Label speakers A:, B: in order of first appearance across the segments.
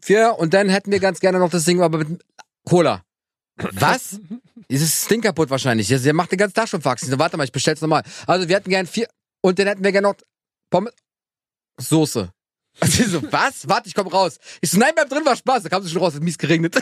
A: Vier. Und dann hätten wir ganz gerne noch das Ding, aber mit Cola. Was? Dieses Ding kaputt wahrscheinlich. Der macht den ganzen Tag schon Faxen. So, warte mal, ich bestell's nochmal. Also wir hätten gern vier. Und dann hätten wir gern noch Pommes. Soße. Also ich so, was? Warte, ich komm raus. Ich so, nein, bleib drin, war Spaß. Da kam sie schon raus, hat mies geregnet.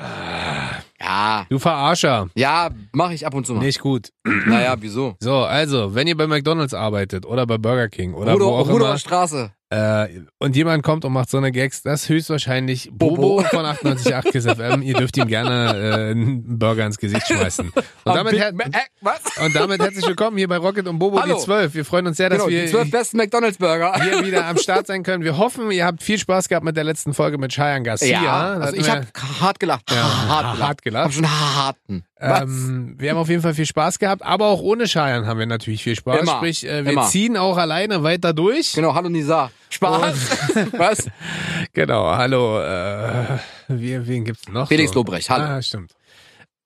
A: ja.
B: Du Verarscher.
A: Ja, mache ich ab und zu mal.
B: Nicht gut.
A: Naja, wieso?
B: So, also, wenn ihr bei McDonalds arbeitet oder bei Burger King oder wo
A: Rudo,
B: auch
A: Rudo
B: immer
A: Straße.
B: äh, und jemand kommt und macht so eine Gags, das ist höchstwahrscheinlich Bobo,
A: Bobo.
B: von 98.8 Kiss FM. ihr dürft ihm gerne äh, einen Burger ins Gesicht schmeißen. Und
A: Am
B: damit,
A: Big
B: her
A: Mac- äh, was?
B: und damit herzlich willkommen hier bei Rocket und Bobo
A: Hallo.
B: die 12. Wir freuen uns sehr, dass
A: Genau, die zwölf
B: wir
A: besten McDonalds-Burger.
B: hier wieder am Start sein können. Wir hoffen, ihr habt viel Spaß gehabt mit der letzten Folge mit Cheyenne Garcia. Da
A: also
B: hatten
A: ich
B: wir-
A: habe hart gelacht. hart
B: Ja,
A: gelacht.
B: hart gelacht.
A: Hab schon harten.
B: Ähm, wir haben auf jeden Fall viel Spaß gehabt, aber auch ohne Scheiern haben wir natürlich viel Spaß.
A: Immer.
B: Sprich, äh, wir
A: Immer.
B: ziehen auch alleine weiter durch.
A: Genau, hallo Nisa. Spaß. Was?
B: Genau, hallo. Äh, wir, wen gibt's noch?
A: Felix
B: so?
A: Lobrecht, hallo.
B: Ah, stimmt.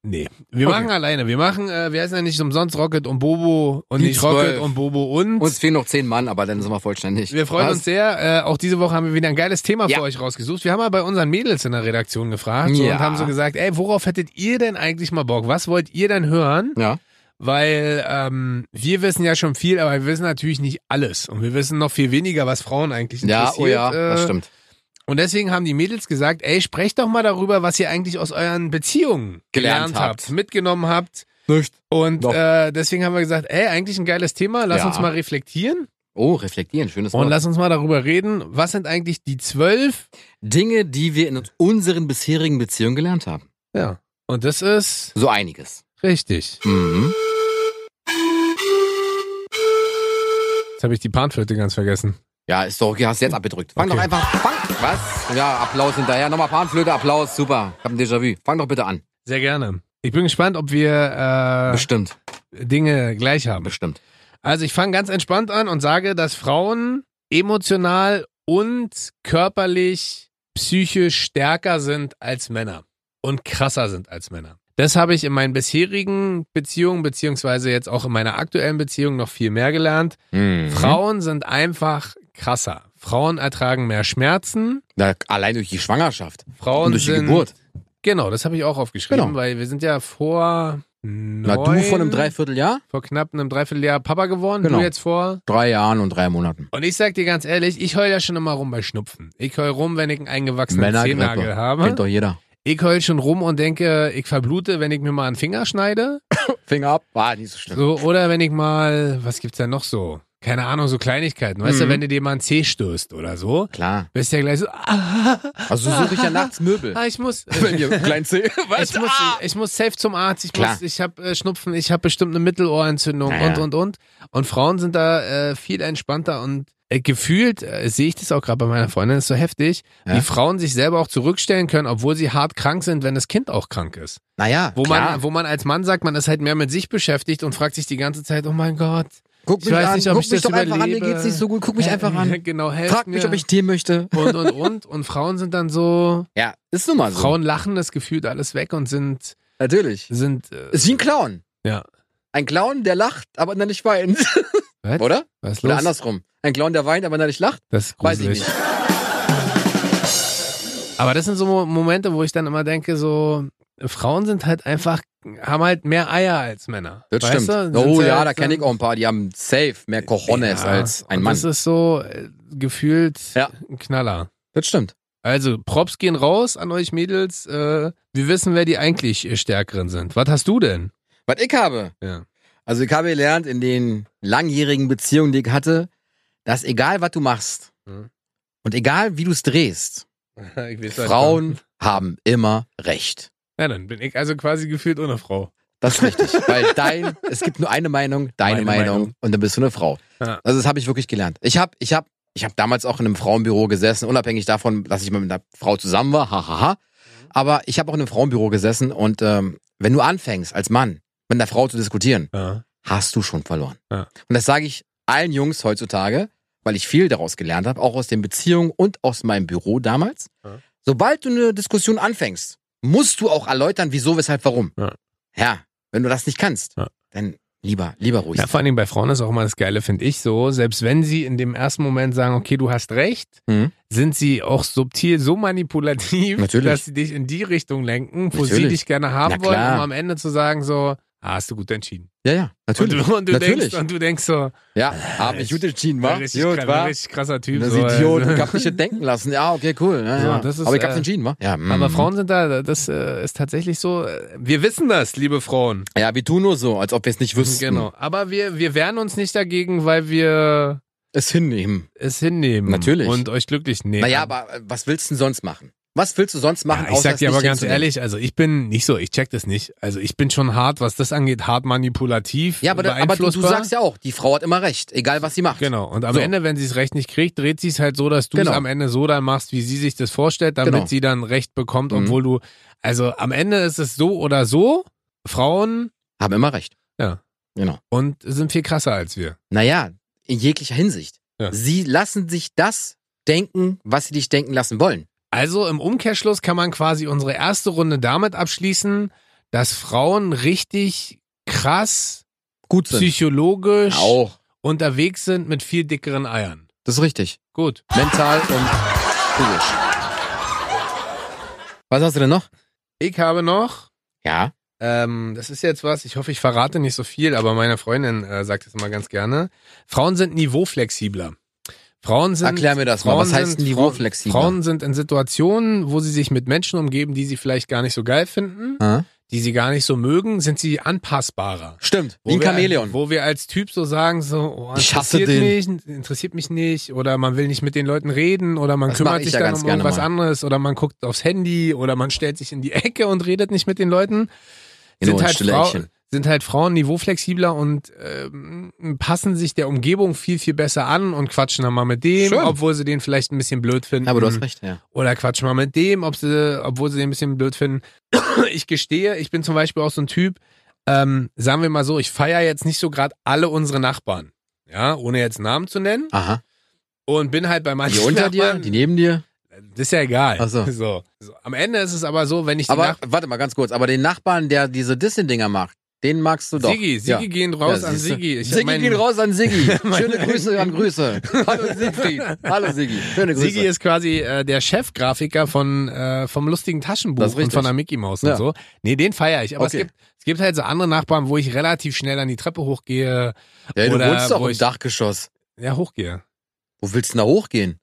B: Nee, wir
A: Okay.
B: machen alleine. Wir machen, äh, wir heißen ja nicht umsonst Rocket und Bobo und
A: Die
B: nicht Rocket
A: Zwölf.
B: und Bobo und.
A: Uns fehlen noch zehn Mann, aber dann sind wir vollständig.
B: Äh. wir freuen
A: Was?
B: uns sehr. Äh, auch diese Woche haben wir wieder ein geiles Thema
A: Ja.
B: für euch rausgesucht. Wir haben mal bei unseren Mädels in der Redaktion gefragt so,
A: Ja.
B: und haben so gesagt, ey, worauf hättet ihr denn eigentlich mal Bock? Was wollt ihr denn hören?
A: Ja.
B: weil ähm, wir wissen ja schon viel, aber wir wissen natürlich nicht alles. Und wir wissen noch viel weniger, was Frauen eigentlich
A: Ja,
B: interessiert.
A: oh ja, das
B: äh,
A: stimmt.
B: Und deswegen haben die Mädels gesagt, ey, sprecht doch mal darüber, was ihr eigentlich aus euren Beziehungen
A: Gelernt
B: gelernt,
A: habt.
B: habt. mitgenommen habt.
A: Nicht.
B: Und
A: Doch.
B: äh, deswegen haben wir gesagt, ey, eigentlich ein geiles Thema, lass
A: Ja.
B: uns mal reflektieren
A: Oh, reflektieren, schönes
B: und
A: Wort.
B: lass uns mal darüber reden, was sind eigentlich die zwölf.
A: Dinge, die wir in uns- unseren bisherigen Beziehungen gelernt haben.
B: Ja. Und das ist
A: So einiges.
B: richtig.
A: Mhm.
B: Jetzt habe ich die Panflöte ganz vergessen.
A: Ja, ist doch okay, hast du jetzt abgedrückt. Fang
B: Okay.
A: doch einfach. Fang. Was? Ja, Applaus hinterher. Nochmal Panflöte, Applaus. Super. Ich hab ein Déjà-vu. Fang doch bitte an.
B: Sehr gerne. Ich bin gespannt, ob wir
A: Bestimmt.
B: äh, Dinge gleich haben.
A: Bestimmt.
B: Also ich fange ganz entspannt an und sage, dass Frauen emotional und körperlich, psychisch stärker sind als Männer und krasser sind als Männer. Das habe ich in meinen bisherigen Beziehungen, beziehungsweise jetzt auch in meiner aktuellen Beziehung noch viel mehr gelernt.
A: Mhm.
B: Frauen sind einfach krasser. Frauen ertragen mehr Schmerzen.
A: Na, allein durch die Schwangerschaft.
B: Frauen
A: und durch die
B: sind,
A: Geburt.
B: Genau, das habe ich auch aufgeschrieben,
A: Genau.
B: weil wir sind ja vor neun,
A: Na, du vor einem Dreivierteljahr?
B: vor knapp einem Dreivierteljahr Papa geworden,
A: Genau.
B: du jetzt vor
A: Drei Jahren und drei Monaten.
B: Und ich sag dir ganz ehrlich, ich heul ja schon immer rum bei Schnupfen. Ich heul rum, wenn ich einen eingewachsenen Zehennagel
A: Männergrippe. Kennt
B: habe.
A: doch jeder.
B: Ich heul schon rum und denke, ich verblute, wenn ich mir mal einen Finger schneide.
A: Finger ab. War nicht so schlimm.
B: So, oder wenn ich mal, was gibt's da noch so? Keine Ahnung, so Kleinigkeiten. Weißt
A: Mhm.
B: du, wenn du dir mal einen Zeh stößt oder so,
A: Klar.
B: bist du ja gleich so, ah,
A: Also so suche ich ja nachts Möbel.
B: ah ich muss.
A: Bei mir, klein C.
B: Ich muss, ich muss safe zum Arzt, ich
A: Ah! Klar.
B: muss, ich habe äh, Schnupfen, ich habe bestimmt eine Mittelohrentzündung
A: Naja.
B: und und und. Und Frauen sind da äh, viel entspannter und äh, gefühlt äh, sehe ich das auch gerade bei meiner Freundin, ist so heftig,
A: Ja.
B: wie Frauen sich selber auch zurückstellen können, obwohl sie hart krank sind, wenn das Kind auch krank ist.
A: Naja,
B: Wo
A: klar.
B: man, wo man als Mann sagt, man ist halt mehr mit sich beschäftigt und fragt sich die ganze Zeit, oh mein Gott,
A: guck
B: ich weiß nicht, ob ich das überlebe.
A: gut. Guck
B: Äh, Genau, helft mir.
A: dir möchte.
B: und und und. Und Frauen sind dann so,
A: Ja, ist nun mal so.
B: Frauen lachen das Gefühl alles weg und sind,
A: Natürlich.
B: sind, äh,
A: Ist wie ein Clown.
B: Ja.
A: Ein Clown, der lacht, aber dann nicht weint.
B: Was?
A: Oder?
B: was ist
A: Oder
B: los?
A: andersrum. Ein Clown, der weint, aber dann nicht lacht.
B: Das ist
A: Weiß ich
B: gruselig. Aber das sind so Mo- Momente, wo ich dann immer denke, so Frauen sind halt einfach, haben halt mehr Eier als Männer.
A: Das
B: weißt
A: stimmt.
B: Du? Sind
A: Oh
B: sie
A: ja,
B: halt
A: da kenne ich
B: dann-
A: auch ein paar, die haben safe mehr Cojones
B: Ja.
A: als ein
B: Und
A: Mann.
B: Das ist so äh, gefühlt
A: Ja.
B: ein Knaller.
A: Das stimmt.
B: Also Props gehen raus an euch Mädels. Äh, wir wissen, wer die eigentlich äh, Stärkeren sind. Was hast du denn?
A: Was ich habe,
B: Ja.
A: Also ich habe gelernt in den langjährigen Beziehungen, die ich hatte, dass egal was du machst
B: Mhm.
A: und egal wie du es drehst,
B: Ich weiß halt
A: Frauen
B: schon.
A: haben immer recht.
B: Ja, dann bin ich also quasi gefühlt ohne Frau.
A: Das ist richtig, weil dein, es gibt nur eine Meinung, deine
B: Meine
A: Meinung,
B: Meinung.
A: und dann bist du eine Frau.
B: Ja.
A: Also das habe ich wirklich gelernt. Ich habe, ich habe, ich habe damals auch in einem Frauenbüro gesessen, unabhängig davon, dass ich mal mit einer Frau zusammen war, hahaha. Aber ich habe auch in einem Frauenbüro gesessen und ähm, wenn du anfängst als Mann mit einer Frau zu diskutieren,
B: Ja.
A: hast du schon verloren.
B: Ja.
A: Und das sage ich allen Jungs heutzutage, weil ich viel daraus gelernt habe, auch aus den Beziehungen und aus meinem Büro damals.
B: Ja.
A: Sobald du eine Diskussion anfängst, musst du auch erläutern, wieso, weshalb, warum.
B: Ja.
A: Ja, wenn du das nicht kannst,
B: Ja.
A: dann lieber, lieber ruhig.
B: Ja, vor allen Dingen bei Frauen ist auch immer das Geile, finde ich so. Selbst wenn sie in dem ersten Moment sagen, okay, du hast recht,
A: Mhm.
B: sind sie auch subtil so manipulativ,
A: Natürlich.
B: dass sie dich in die Richtung lenken, wo sie
A: Natürlich.
B: dich gerne haben
A: Na
B: wollen,
A: klar.
B: um am Ende zu sagen so, ah, hast du gut entschieden.
A: Ja, ja, natürlich.
B: Und, du- und, du,
A: Natürlich.
B: denkst, und du denkst so,
A: ja, hab mich gut entschieden, wa?
B: richtig,
A: Gut,
B: kra-
A: wa?
B: richtig krasser Typ.
A: Das
B: so,
A: Idiot,
B: also.
A: ich hab mich hier denken lassen. Ja, okay, cool. Ja,
B: So,
A: ja.
B: das ist,
A: Aber ich hab's
B: äh,
A: entschieden, wa? Ja, mm.
B: Aber Frauen sind da, das äh, ist tatsächlich so. äh, Wir wissen das, liebe Frauen.
A: Ja, wir tun nur so, als ob wir es nicht wüssten.
B: Genau. Aber wir, wir wehren uns nicht dagegen, weil wir
A: Es hinnehmen.
B: es hinnehmen.
A: Natürlich.
B: Und euch glücklich nehmen.
A: Naja, aber äh, was willst du denn sonst machen? Was willst du sonst machen,
B: Ja, ich sag
A: es
B: dir aber
A: nicht
B: ganz
A: hinzunehmen?
B: ehrlich, also ich bin nicht so, ich check das nicht. Also ich bin schon hart, was das angeht, hart manipulativ.
A: Ja, aber, da- aber du, du
B: beeinflussbar.
A: sagst ja auch, die Frau hat immer recht, egal was sie macht.
B: Genau. Und am
A: So.
B: Ende, wenn sie es recht nicht kriegt, dreht sie es halt so, dass du
A: Genau.
B: es am Ende so dann machst, wie sie sich das vorstellt, damit
A: Genau.
B: sie dann recht bekommt,
A: Mhm.
B: obwohl du. Also am Ende ist es so oder so. Frauen
A: Haben immer recht.
B: und sind viel krasser als wir.
A: Naja, in jeglicher Hinsicht.
B: Ja.
A: Sie lassen sich das denken, was sie dich denken lassen wollen.
B: Also im Umkehrschluss kann man quasi unsere erste Runde damit abschließen, dass Frauen richtig krass
A: Gut sind.
B: psychologisch
A: Auch.
B: unterwegs sind mit viel dickeren Eiern.
A: Das ist richtig.
B: Gut.
A: Mental und physisch. Was hast du denn noch?
B: Ich habe noch,
A: Ja.
B: ähm, das ist jetzt was, ich hoffe, ich verrate nicht so viel, aber meine Freundin äh, sagt es immer ganz gerne. Frauen sind niveauflexibler. Frauen sind.
A: Erklär mir das mal.
B: Frauen
A: Was heißt
B: sind-
A: denn niveauflexibler?
B: Frauen sind in Situationen, wo sie sich mit Menschen umgeben, die sie vielleicht gar nicht so geil finden,
A: Ja.
B: die sie gar nicht so mögen, sind sie anpassbarer.
A: Stimmt,
B: Wo
A: wie ein
B: wir-
A: Chamäleon.
B: Wo wir als Typ so sagen, so, oh,
A: Ich hasse
B: interessiert mich, interessiert mich nicht, oder man will nicht mit den Leuten reden, oder man
A: Das mach
B: kümmert
A: ich
B: sich
A: ja
B: dann
A: ganz
B: um
A: gerne
B: irgendwas
A: mal.
B: anderes, oder man guckt aufs Handy, oder man stellt sich in die Ecke und redet nicht mit den Leuten. Sind
A: Genau,
B: halt,
A: stille
B: Frau,
A: Eckchen.
B: sind halt Frauen niveauflexibler und ähm, passen sich der Umgebung viel, viel besser an und quatschen dann mal mit dem,
A: Schön.
B: obwohl sie den vielleicht ein bisschen blöd finden.
A: Ja, aber du hast recht, ja.
B: Oder quatsch mal mit dem, ob sie, obwohl sie den ein bisschen blöd finden. Ich gestehe, ich bin zum Beispiel auch so ein Typ, ähm, sagen wir mal so, ich feiere jetzt nicht so gerade alle unsere Nachbarn. Ja, ohne jetzt Namen zu nennen.
A: Aha.
B: Und bin halt bei manchen
A: Die unter dir,
B: Nachbarn,
A: die neben dir.
B: das ist ja egal.
A: Ach so.
B: So. so. Am Ende ist es aber so, wenn ich die
A: Aber
B: Nach-
A: warte mal ganz kurz, aber den Nachbarn, der diese Disney-Dinger macht, den magst du doch.
B: Sigi, Sigi
A: Ja.
B: gehen raus
A: Ja,
B: an
A: siehst du.
B: Sigi. Ich hab
A: Sigi
B: meinen-
A: geht raus an Sigi. Schöne
B: Mein-
A: Grüße an Grüße. Hallo Sigi. Hallo Sigi. Schöne Grüße.
B: Sigi ist quasi äh, der Chefgrafiker von äh, vom lustigen Taschenbuch
A: Das ist
B: und von
A: richtig.
B: der Mickey Maus
A: Ja.
B: und so. Nee, den feiere ich. Aber es,
A: Okay.
B: gibt, es gibt halt so andere Nachbarn, wo ich relativ schnell an die Treppe hochgehe.
A: ja, du
B: oder
A: wohnst doch
B: wo
A: im
B: ich-
A: Dachgeschoss.
B: Ja, hochgehe.
A: Wo willst du denn da hochgehen?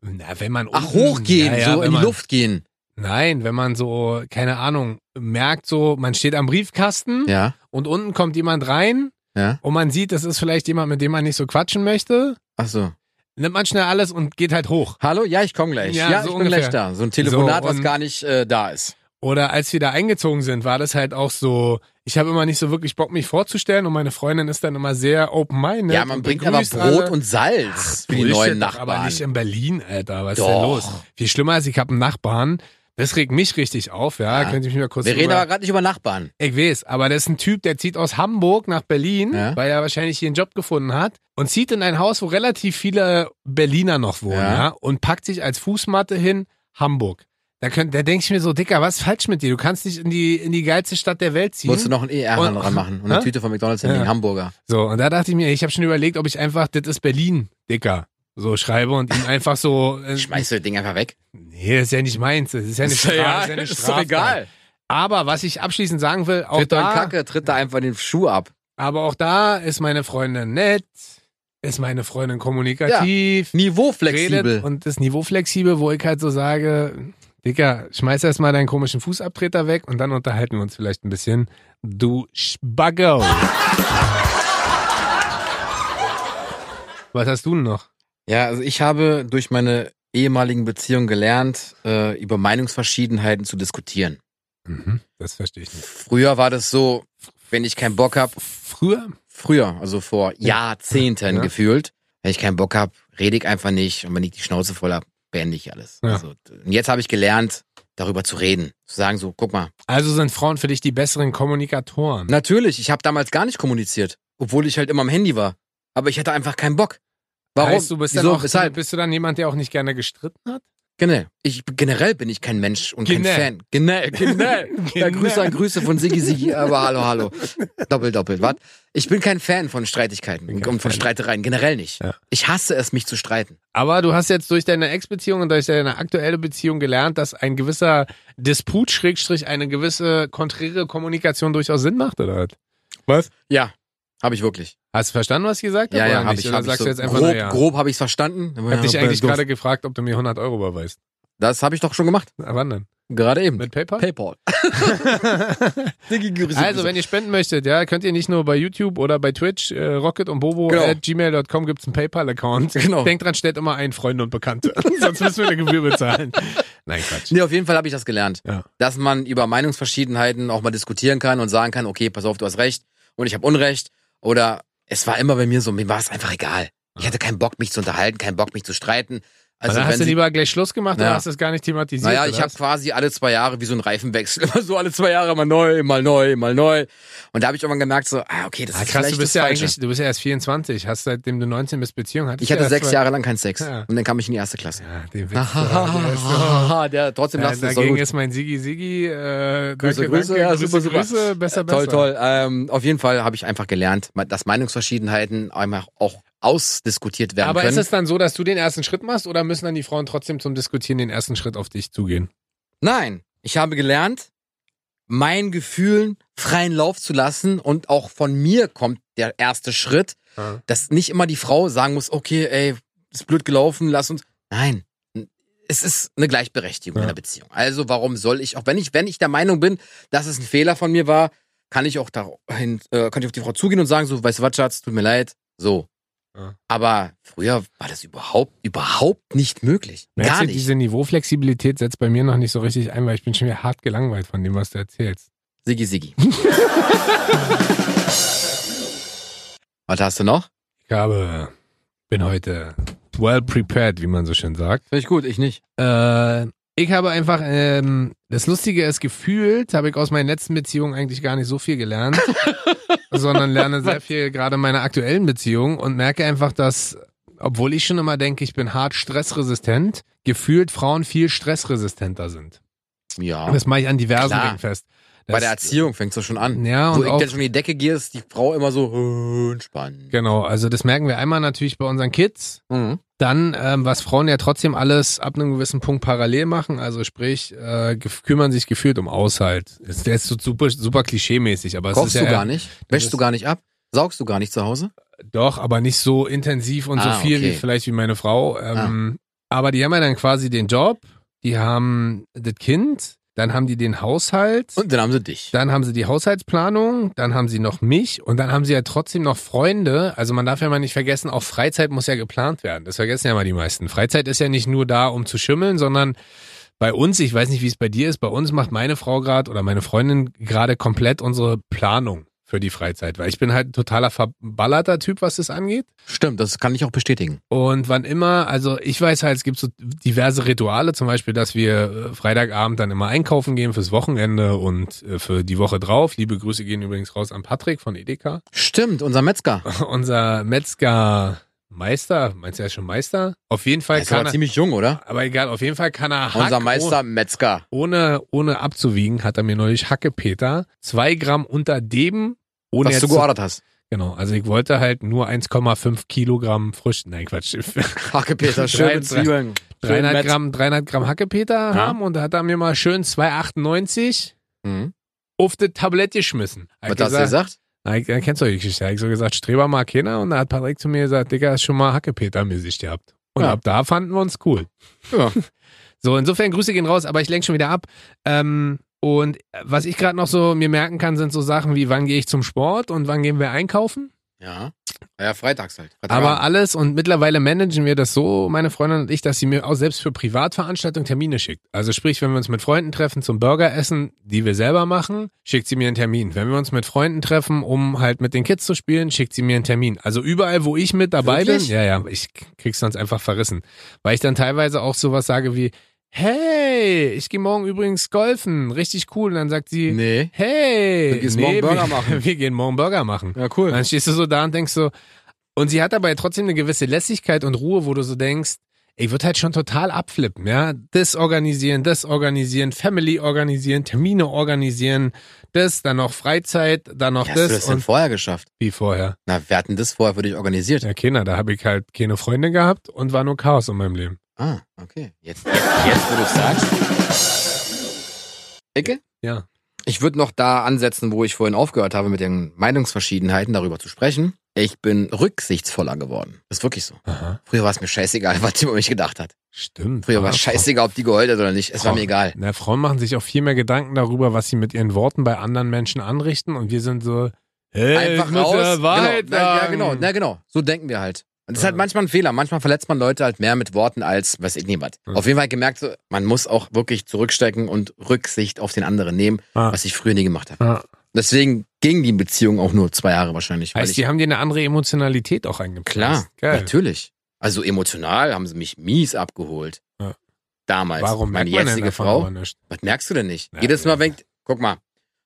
B: Na, wenn man
A: Ach,
B: unten-
A: hochgehen,
B: Ja, ja,
A: so
B: wenn
A: in die
B: man,
A: Luft gehen.
B: Nein, wenn man so, keine Ahnung, merkt so, man steht am Briefkasten
A: Ja,
B: und unten kommt jemand rein
A: ja.
B: und man sieht, das ist vielleicht jemand, mit dem man nicht so quatschen möchte,
A: Ach so.
B: nimmt man schnell alles und geht halt hoch.
A: Hallo, ja, ich komme gleich.
B: Ja,
A: Ja,
B: so
A: ich bin
B: ungefähr.
A: gleich da. So ein Telefonat,
B: So,
A: was
B: und-
A: gar nicht äh, da ist.
B: Oder als wir da eingezogen sind, war das halt auch so, ich habe immer nicht so wirklich Bock, mich vorzustellen und meine Freundin ist dann immer sehr open-minded.
A: Ja, man
B: Ne, und
A: bringt aber
B: begrüßt
A: Brot
B: alle.
A: und Salz für die
B: Bullshit,
A: neuen
B: doch, Aber
A: Nachbarn.
B: nicht in Berlin, Alter. Was ist denn
A: Doch.
B: los? Viel schlimmer ist, ich habe einen Nachbarn. Das regt mich richtig auf, ja.
A: Ja.
B: Könnte ich mich mal kurz
A: Wir reden
B: drüber-
A: aber gerade nicht über Nachbarn.
B: Ich weiß, aber das ist ein Typ, der zieht aus Hamburg nach Berlin,
A: Ja.
B: weil er wahrscheinlich hier einen Job gefunden hat und zieht in ein Haus, wo relativ viele Berliner noch wohnen, ja,
A: Ja.
B: und packt sich als Fußmatte hin Hamburg. Da, könnt- da denke ich mir so, Dicker, was ist falsch mit dir? Du kannst nicht in die, in die geilste Stadt der Welt ziehen.
A: Musst du noch einen E ER-Hahn
B: Und-
A: ranmachen und eine
B: Hä?
A: Tüte von McDonalds
B: Ja.
A: hinlegen, Hamburger.
B: So, und da dachte ich mir, ich habe schon überlegt, ob ich einfach, das ist Berlin, Dicker, so schreibe und ihm einfach so. Äh,
A: Schmeißt du das Ding einfach weg?
B: nee, das ist ja nicht meins, das ist ja eine Strafe. das ist ja eine
A: Hm. ist doch
B: Straftat.
A: egal.
B: Aber was ich abschließend sagen will, auch
A: tritt da
B: da,
A: in Kacke, tritt da einfach den Schuh ab.
B: Aber auch da ist meine Freundin nett, ist meine Freundin kommunikativ, redet
A: Niveauflexibel.
B: und das Niveau flexibel, wo ich halt so sage, Dicker, schmeiß erst mal deinen komischen Fußabtreter weg und dann unterhalten wir uns vielleicht ein bisschen. Du Spaggo. Was hast du denn noch?
A: Ja, also ich habe durch meine ehemaligen Beziehungen gelernt, äh, über Meinungsverschiedenheiten zu diskutieren.
B: Mhm, das verstehe ich nicht.
A: Früher war das so, wenn ich keinen Bock hab,
B: Früher?
A: früher, also vor Jahrzehnten
B: Ja.
A: gefühlt, wenn ich keinen Bock hab, rede ich einfach nicht und wenn ich die Schnauze voll hab, beende ich alles.
B: Ja.
A: Also, und jetzt habe ich gelernt, darüber zu reden. Zu sagen so, guck mal,
B: Also sind Frauen für dich die besseren Kommunikatoren.
A: Natürlich, ich habe damals gar nicht kommuniziert, obwohl ich halt immer am Handy war. Aber ich hatte einfach keinen Bock. Warum?
B: Heißt, du bist,
A: Wieso?
B: dann auch,
A: Weshalb?
B: bist du dann jemand, der auch nicht gerne gestritten hat?
A: Genau. Ich, generell bin ich kein Mensch und
B: Genau.
A: kein Fan. Genau, genau. Ja,
B: Genau.
A: Grüße an Grüße von Sigi Sigi, aber hallo, hallo. Doppel, doppel. Was? Ich bin kein Fan von Streitigkeiten
B: Bin
A: und
B: kein
A: von
B: Fan.
A: Streitereien. Generell nicht.
B: Ja.
A: Ich hasse es, mich zu streiten.
B: Aber du hast jetzt durch deine Ex-Beziehung und durch deine aktuelle Beziehung gelernt, dass ein gewisser Disput, Schrägstrich, eine gewisse konträre Kommunikation durchaus Sinn macht, oder? Was?
A: Ja, habe ich wirklich.
B: Hast du verstanden, was ich gesagt habe?
A: Ja, ja,
B: habe
A: habe ich.
B: Oder
A: Hab ich
B: sagst
A: so
B: du jetzt einfach,
A: grob
B: na ja.
A: grob habe ich es verstanden.
B: Ich habe dich eigentlich gerade gefragt, ob du mir 100 Euro überweist.
A: Das habe ich doch schon gemacht.
B: Na, Wann denn?
A: Gerade eben.
B: Mit PayPal?
A: PayPal.
B: also, wenn ihr spenden möchtet, ja, könnt ihr nicht nur bei YouTube oder bei Twitch, äh, Rocket und Bobo
A: Genau.
B: at gmail.com gibt's einen PayPal-Account.
A: Genau.
B: Denkt dran, stellt immer einen Freunde und Bekannte. Sonst müssen wir eine Gebühr bezahlen. Nein, Quatsch.
A: Nee, also auf jeden Fall habe ich das gelernt.
B: Ja.
A: Dass man über Meinungsverschiedenheiten auch mal diskutieren kann und sagen kann, okay, pass auf, du hast recht und ich habe Unrecht. Oder es war immer bei mir so, mir war es einfach egal. Ich hatte keinen Bock, mich zu unterhalten, keinen Bock, mich zu streiten. Also
B: dann hast du
A: wenn sie,
B: lieber gleich Schluss gemacht oder
A: Ja.
B: hast es gar nicht thematisiert?
A: naja,
B: oder
A: ich Ah, habe
B: was?
A: quasi alle zwei Jahre wie so ein Reifenwechsel. Immer so alle zwei Jahre mal neu, mal neu, mal neu. Und da habe ich irgendwann gemerkt, so, ah, okay, das
B: Ah,
A: ist
B: krass,
A: vielleicht
B: du bist
A: das
B: ja
A: Falsche.
B: eigentlich, du bist ja erst 24, hast seitdem du 19 bist Beziehung hattest.
A: Ich hatte
B: ja
A: sechs
B: zwei-
A: Jahre lang keinen Sex.
B: Ja.
A: Und dann kam ich in die erste Klasse.
B: Ja, den Witz. der ist so-
A: Ja. Der trotzdem
B: Ja,
A: lacht ist so
B: dagegen
A: gut.
B: ist mein Sigi Sigi. Äh,
A: Grüße,
B: danke,
A: Grüße,
B: danke,
A: ja,
B: Grüße,
A: super, super.
B: Grüße, besser, besser.
A: Toll, toll. Ähm, auf jeden Fall habe ich einfach gelernt, dass Meinungsverschiedenheiten einfach auch ausdiskutiert werden
B: Aber
A: können.
B: ist es dann so, dass du den ersten Schritt machst oder müssen dann die Frauen trotzdem zum Diskutieren den ersten Schritt auf dich zugehen?
A: Nein, ich habe gelernt, meinen Gefühlen freien Lauf zu lassen und auch von mir kommt der erste Schritt,
B: Ja.
A: dass nicht immer die Frau sagen muss, okay, ey, ist blöd gelaufen, lass uns. Nein. Es ist eine Gleichberechtigung
B: Ja.
A: in der Beziehung. Also warum soll ich, auch wenn ich, wenn ich der Meinung bin, dass es ein Fehler von mir war, kann ich auch dahin, äh, kann ich auf die Frau zugehen und sagen, so, weißt du was, Schatz, tut mir leid. So.
B: Ja.
A: Aber früher war das überhaupt, überhaupt nicht möglich.
B: Merkst
A: Gar
B: du,
A: nicht.
B: Diese Niveauflexibilität setzt bei mir noch nicht so richtig ein, weil ich bin schon wieder hart gelangweilt von dem, was du erzählst.
A: Siggi Siggi. was hast du noch?
B: Ich habe, bin heute well prepared, wie man so schön sagt.
A: Finde ich gut, ich nicht.
B: Äh, ich habe einfach, ähm, das Lustige ist, gefühlt habe ich aus meinen letzten Beziehungen eigentlich gar nicht so viel gelernt, sondern lerne sehr viel gerade in meiner aktuellen Beziehung und merke einfach, dass, obwohl ich schon immer denke, ich bin hart stressresistent, gefühlt Frauen viel stressresistenter sind.
A: Ja.
B: Das mache ich an diversen
A: Oh. Klar.
B: Dingen fest.
A: Bei der
B: Das-
A: Erziehung fängst du schon an.
B: Ja,
A: Wo
B: und
A: ich
B: auch,
A: dann schon in die Decke gehe, ist die Frau immer so äh, entspannt.
B: genau, also das merken wir einmal natürlich bei unseren Kids,
A: Mhm.
B: Dann, ähm, was Frauen ja trotzdem alles ab einem gewissen Punkt parallel machen, also sprich, äh, gef- kümmern sich gefühlt um Haushalt. Das ist so super, super klischeemäßig, aber es
A: Kochst
B: ist ja
A: du gar nicht? Wäschst du
B: ist-
A: gar nicht ab? Saugst du gar nicht zu Hause?
B: doch, aber nicht so intensiv und
A: Ah,
B: so viel wie
A: okay. Ah.
B: vielleicht wie meine Frau. Ähm, Aber die haben ja dann quasi den Job, die haben das Kind, dann haben die den Haushalt.
A: Und dann haben sie dich.
B: Dann haben sie die Haushaltsplanung, dann haben sie noch mich und dann haben sie ja trotzdem noch Freunde. Also man darf ja mal nicht vergessen, auch Freizeit muss ja geplant werden. Das vergessen ja mal die meisten. Freizeit ist ja nicht nur da, um zu schimmeln, sondern bei uns, ich weiß nicht, wie es bei dir ist, bei uns macht meine Frau gerade oder meine Freundin gerade komplett unsere Planung für die Freizeit, weil ich bin halt ein totaler verballerter Typ, was das angeht.
A: Stimmt, das kann ich auch bestätigen.
B: Und wann immer, also ich weiß halt, es gibt so diverse Rituale, zum Beispiel, dass wir äh, Freitagabend dann immer einkaufen gehen fürs Wochenende und äh, für die Woche drauf. Liebe Grüße gehen übrigens raus an Patrick von Edeka.
A: Stimmt, unser Metzger.
B: Unser Metzgermeister, meinst du ja schon Meister? Auf jeden
A: Der
B: Fall
A: ist
B: kann
A: aber
B: er,
A: ziemlich jung, oder?
B: aber egal, auf jeden Fall kann er
A: Unser
B: Hack
A: Meister Metzger.
B: Ohne, ohne abzuwiegen hat er mir neulich Hackepeter zwei Gramm unter dem, ohne
A: Was
B: jetzt
A: du
B: zu-
A: geordert hast.
B: Genau, also ich wollte halt nur 1,5 Kilogramm Früchte, nein Quatsch,
A: Hacke Peter,
B: Drei-
A: schöne
B: drei-
A: Zwiebeln. Schön
B: 300
A: Metz-
B: Gramm, 300 Gramm Hackepeter
A: Ja.
B: haben und da hat er mir mal schön 2,98
A: Mhm.
B: auf das Tablett geschmissen. Hat
A: Was hast du gesagt?
B: Na, ich, kennst du die Geschichte. Hat ich so gesagt, Streber mag keiner und da hat Patrick zu mir gesagt, Digga, hast schon mal Hackepeter mäßig gehabt. Und
A: Ja.
B: ab da fanden wir uns cool.
A: Ja.
B: So, insofern Grüße gehen raus, aber ich lenke schon wieder ab. Ähm, und was ich gerade noch so mir merken kann, sind so Sachen wie, wann gehe ich zum Sport und wann gehen wir einkaufen?
A: Ja. Ja, freitags halt.
B: Aber alles und mittlerweile managen wir das so, meine Freundin und ich, dass sie mir auch selbst für Privatveranstaltungen Termine schickt. Also sprich, wenn wir uns mit Freunden treffen zum Burgeressen, die wir selber machen, schickt sie mir einen Termin. Wenn wir uns mit Freunden treffen, um halt mit den Kids zu spielen, schickt sie mir einen Termin. Also überall, wo ich mit dabei
A: Wirklich?
B: bin, ja, ja, ich krieg's sonst einfach verrissen. Weil ich dann teilweise auch sowas sage wie, hey, ich gehe morgen übrigens golfen, richtig cool. Und dann sagt sie,
A: nee.
B: hey,
A: Du gehst morgen Burger
B: wir,
A: machen.
B: wir gehen morgen Burger machen.
A: Ja, cool.
B: Und Dann stehst du so da und denkst so, und sie hat dabei trotzdem eine gewisse Lässigkeit und Ruhe, wo du so denkst, ich würde halt schon total abflippen, ja. Das organisieren, das organisieren, Family organisieren, Termine organisieren, das, dann noch Freizeit, dann noch
A: Wie hast
B: das,
A: du das denn
B: und
A: vorher geschafft?
B: wie vorher.
A: Na, wer hat denn das vorher für dich organisiert?
B: Ja, Kinder, da habe ich halt keine Freunde gehabt und war nur Chaos in meinem Leben.
A: Ah, okay. Jetzt, jetzt, jetzt wo du es sagst. Ecke?
B: Ja.
A: Ich würde noch da ansetzen, wo ich vorhin aufgehört habe, mit den Meinungsverschiedenheiten darüber zu sprechen. Ich bin rücksichtsvoller geworden. Ist wirklich so.
B: Aha.
A: Früher war es mir scheißegal, was die über mich gedacht hat.
B: Stimmt.
A: Früher war
B: Ah,
A: es scheißegal, ob die geheult hat oder nicht. Es war mir egal.
B: Na, Frauen machen sich auch viel mehr Gedanken darüber, was sie mit ihren Worten bei anderen Menschen anrichten und wir sind so, hey,
A: Einfach
B: Äh, ich muss
A: raus.
B: Ja Wahrheit
A: genau. Na, ja,
B: sagen.
A: genau. Na, genau. So denken wir halt. Und das ist halt
B: Ja.
A: manchmal ein Fehler. Manchmal verletzt man Leute halt mehr mit Worten als, weiß ich nicht was.
B: Ja.
A: Auf jeden Fall gemerkt, so, man muss auch wirklich zurückstecken und Rücksicht auf den anderen nehmen,
B: Ah.
A: was ich früher nie gemacht habe.
B: Ah.
A: Deswegen ging die Beziehung auch nur zwei Jahre wahrscheinlich. weil
B: Heißt,
A: ich,
B: die haben dir eine andere Emotionalität auch eingepflanzt.
A: klar,
B: Geil.
A: natürlich. Also emotional haben sie mich mies abgeholt.
B: Ja.
A: Damals.
B: Warum
A: Meine
B: merkt man
A: jetzige
B: denn davon
A: Frau.
B: aber nicht?
A: Was merkst du denn nicht?
B: Ja,
A: Jedes
B: ja.
A: Mal denkt, guck mal,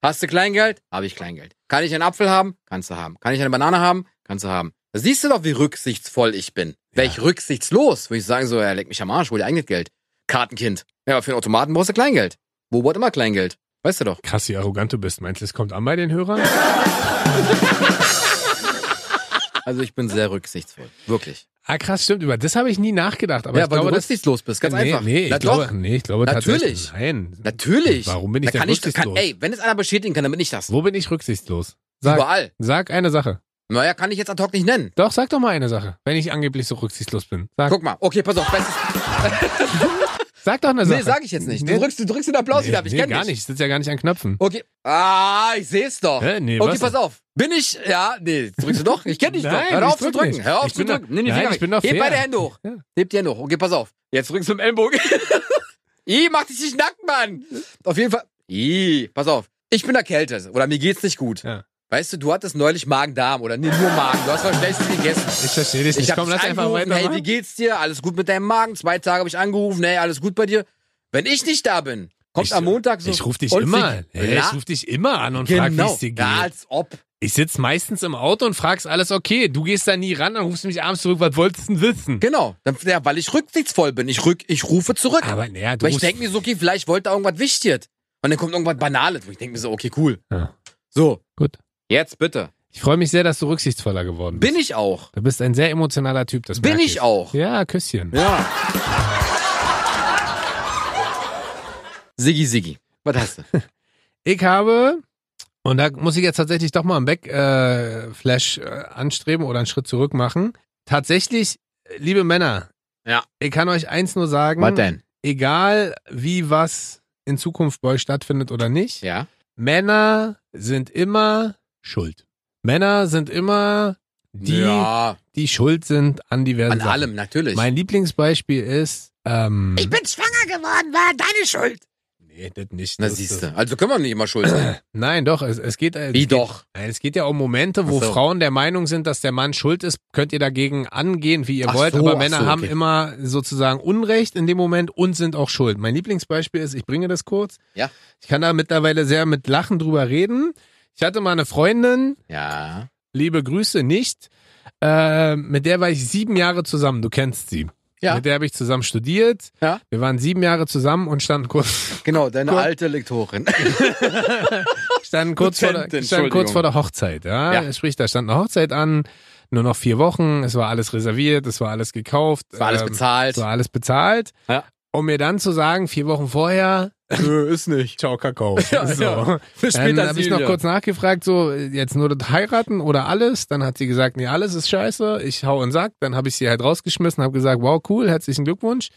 A: hast du Kleingeld? Habe ich Kleingeld. Kann ich einen Apfel haben? Kannst du haben. Kann ich eine Banane haben? Kannst du haben. Da siehst du doch, wie rücksichtsvoll ich bin. Wäre
B: Ja.
A: ich rücksichtslos, würde ich sagen, so, er leck mich am Arsch, hol dir eigenes Geld. Kartenkind. Ja, aber für einen Automaten brauchst du Kleingeld. Wo braucht immer Kleingeld? Weißt du doch.
B: Krass, wie arrogant du bist. Meinst du, es kommt an bei den Hörern?
A: Also ich bin sehr rücksichtsvoll. Wirklich.
B: Ah, krass, stimmt. Über das habe ich nie nachgedacht. Aber
A: ja,
B: ich
A: weil
B: glaube,
A: du
B: das
A: rücksichtslos bist, ganz
B: nee,
A: einfach.
B: Nee, ich
A: Na
B: glaube,
A: doch.
B: nee, ich glaube
A: Natürlich.
B: tatsächlich. Nein.
A: Natürlich.
B: Warum bin ich
A: da
B: denn
A: kann ich,
B: rücksichtslos?
A: kann, ey, wenn es einer bestätigen kann, dann bin ich das.
B: Wo bin ich rücksichtslos? Sag,
A: Überall.
B: sag eine Sache.
A: Naja, kann ich jetzt ad hoc nicht nennen.
B: Doch, sag doch mal eine Sache, wenn ich angeblich so rücksichtslos bin. Sag,
A: Guck mal, okay, pass auf. Bestes,
B: sag doch eine Sache.
A: nee, sag ich jetzt nicht. Du
B: Nee.
A: drückst, du drückst den Applaus wieder ab, ich kenn
B: gar
A: dich.
B: nicht. Ich sitze ja gar nicht an Knöpfen.
A: Okay. Ah, ich seh's doch.
B: Hä? Nee,
A: okay,
B: was
A: pass
B: denn?
A: auf. Bin ich. Ja, nee, drückst du doch. Ich kenn dich
B: Nein,
A: doch. Hör
B: ich
A: auf zu
B: drück
A: drücken.
B: nicht.
A: Hör auf
B: Ich
A: zu
B: bin doch-
A: drücken. Nimm die
B: Nein,
A: Finger
B: ich bin doch
A: weg. Heb
B: fair.
A: beide Hände hoch.
B: Ja.
A: Heb die Hände hoch. Okay, pass auf. Jetzt drückst du mit dem Ellenbogen. I, mach dich nicht nackt, Mann. Auf jeden Fall. I, pass auf. Ich bin erkältet oder mir geht's nicht gut.
B: Ja.
A: Weißt du, du hattest neulich Magen-Darm oder nee, nur Magen. Du hast was Schlechtes gegessen.
B: Ich verstehe dich nicht.
A: Ich hab
B: Komm,
A: dich
B: lass einfach
A: angerufen,
B: weiter.
A: hey, wie geht's dir? Alles gut mit deinem Magen? Zwei Tage habe ich angerufen, hey, alles gut bei dir? Wenn ich nicht da bin, kommt
B: Ich-
A: am Montag so...
B: ich ruf dich
A: und
B: immer.
A: sie-
B: Hey,
A: Ja,
B: ich ruf dich immer an und frag, wie
A: genau.
B: es dir geht.
A: Ja, als ob.
B: Ich sitze meistens im Auto und fragst alles okay. Du gehst da nie ran, dann rufst du mich abends zurück, was wolltest du denn wissen?
A: Genau. Dann, ja, weil ich rücksichtsvoll bin. Ich, rück, ich rufe zurück.
B: Aber naja, du
A: weil ich
B: rufst,
A: denke mir so, okay, vielleicht wollte er irgendwas Wichtiges. Und dann kommt irgendwas Banales, wo ich denke mir so, okay, cool.
B: Ja.
A: So.
B: Gut.
A: Jetzt bitte.
B: Ich freue mich sehr, dass du rücksichtsvoller geworden bist.
A: Bin ich auch.
B: Du bist ein sehr emotionaler Typ, das
A: Bin
B: merk
A: ich auch.
B: Ja, Küsschen.
A: Ja. Siggi, Siggi. Was hast du?
B: Ich habe, und da muss ich jetzt tatsächlich doch mal einen Backflash äh, Flash, äh, anstreben oder einen Schritt zurück machen. Tatsächlich, äh, liebe Männer,
A: Ja.
B: ich kann euch eins nur sagen,
A: Was denn?
B: egal wie was in Zukunft bei euch stattfindet oder nicht,
A: Ja.
B: Männer sind immer schuld. Männer sind immer die,
A: ja.
B: die schuld sind an diversen
A: An
B: Sachen.
A: allem, natürlich.
B: Mein Lieblingsbeispiel ist, ähm,
A: bin schwanger geworden, war deine Schuld.
B: nee, das nicht.
A: Na
B: das-
A: siehst
B: das-
A: du, also können wir nicht immer schuld sein.
B: Nein, doch, es, es geht, äh, es
A: Wie
B: geht
A: doch?
B: Nein, es geht ja um Momente, wo
A: Ach so.
B: Frauen der Meinung sind, dass der Mann schuld ist. Könnt ihr dagegen angehen, wie ihr
A: Ach
B: wollt.
A: so,
B: aber
A: ach
B: Männer
A: so,
B: haben
A: okay.
B: immer sozusagen Unrecht in dem Moment und sind auch schuld. Mein Lieblingsbeispiel ist, ich bringe das kurz.
A: Ja.
B: Ich kann da mittlerweile sehr mit Lachen drüber reden. Ich hatte mal eine Freundin,
A: Ja.
B: liebe Grüße nicht, äh, mit der war ich sieben Jahre zusammen. Du kennst sie.
A: Ja.
B: Mit der habe ich zusammen studiert.
A: Ja.
B: Wir waren sieben Jahre zusammen und standen kurz
A: Genau, deine
B: Gut.
A: alte Lektorin.
B: standen kurz, vor der,
A: Dozentin,
B: standen
A: Entschuldigung.
B: kurz vor der Hochzeit. Ja?
A: Ja.
B: Sprich, da stand eine Hochzeit an, nur noch vier Wochen, es war alles reserviert, es war alles gekauft.
A: Es war alles
B: ähm,
A: bezahlt.
B: Es war alles bezahlt.
A: Ja.
B: Um mir dann zu sagen, vier Wochen vorher,
A: Nö, ist nicht.
B: ciao Kakao.
A: Ja,
B: so.
A: ja. Bis
B: Dann
A: später
B: habe Ähm, ich noch kurz nachgefragt, so jetzt nur das heiraten oder alles. Dann hat sie gesagt, nee, alles ist scheiße, ich hau in den Sack. Dann habe ich sie halt rausgeschmissen, habe gesagt, wow, cool, herzlichen Glückwunsch.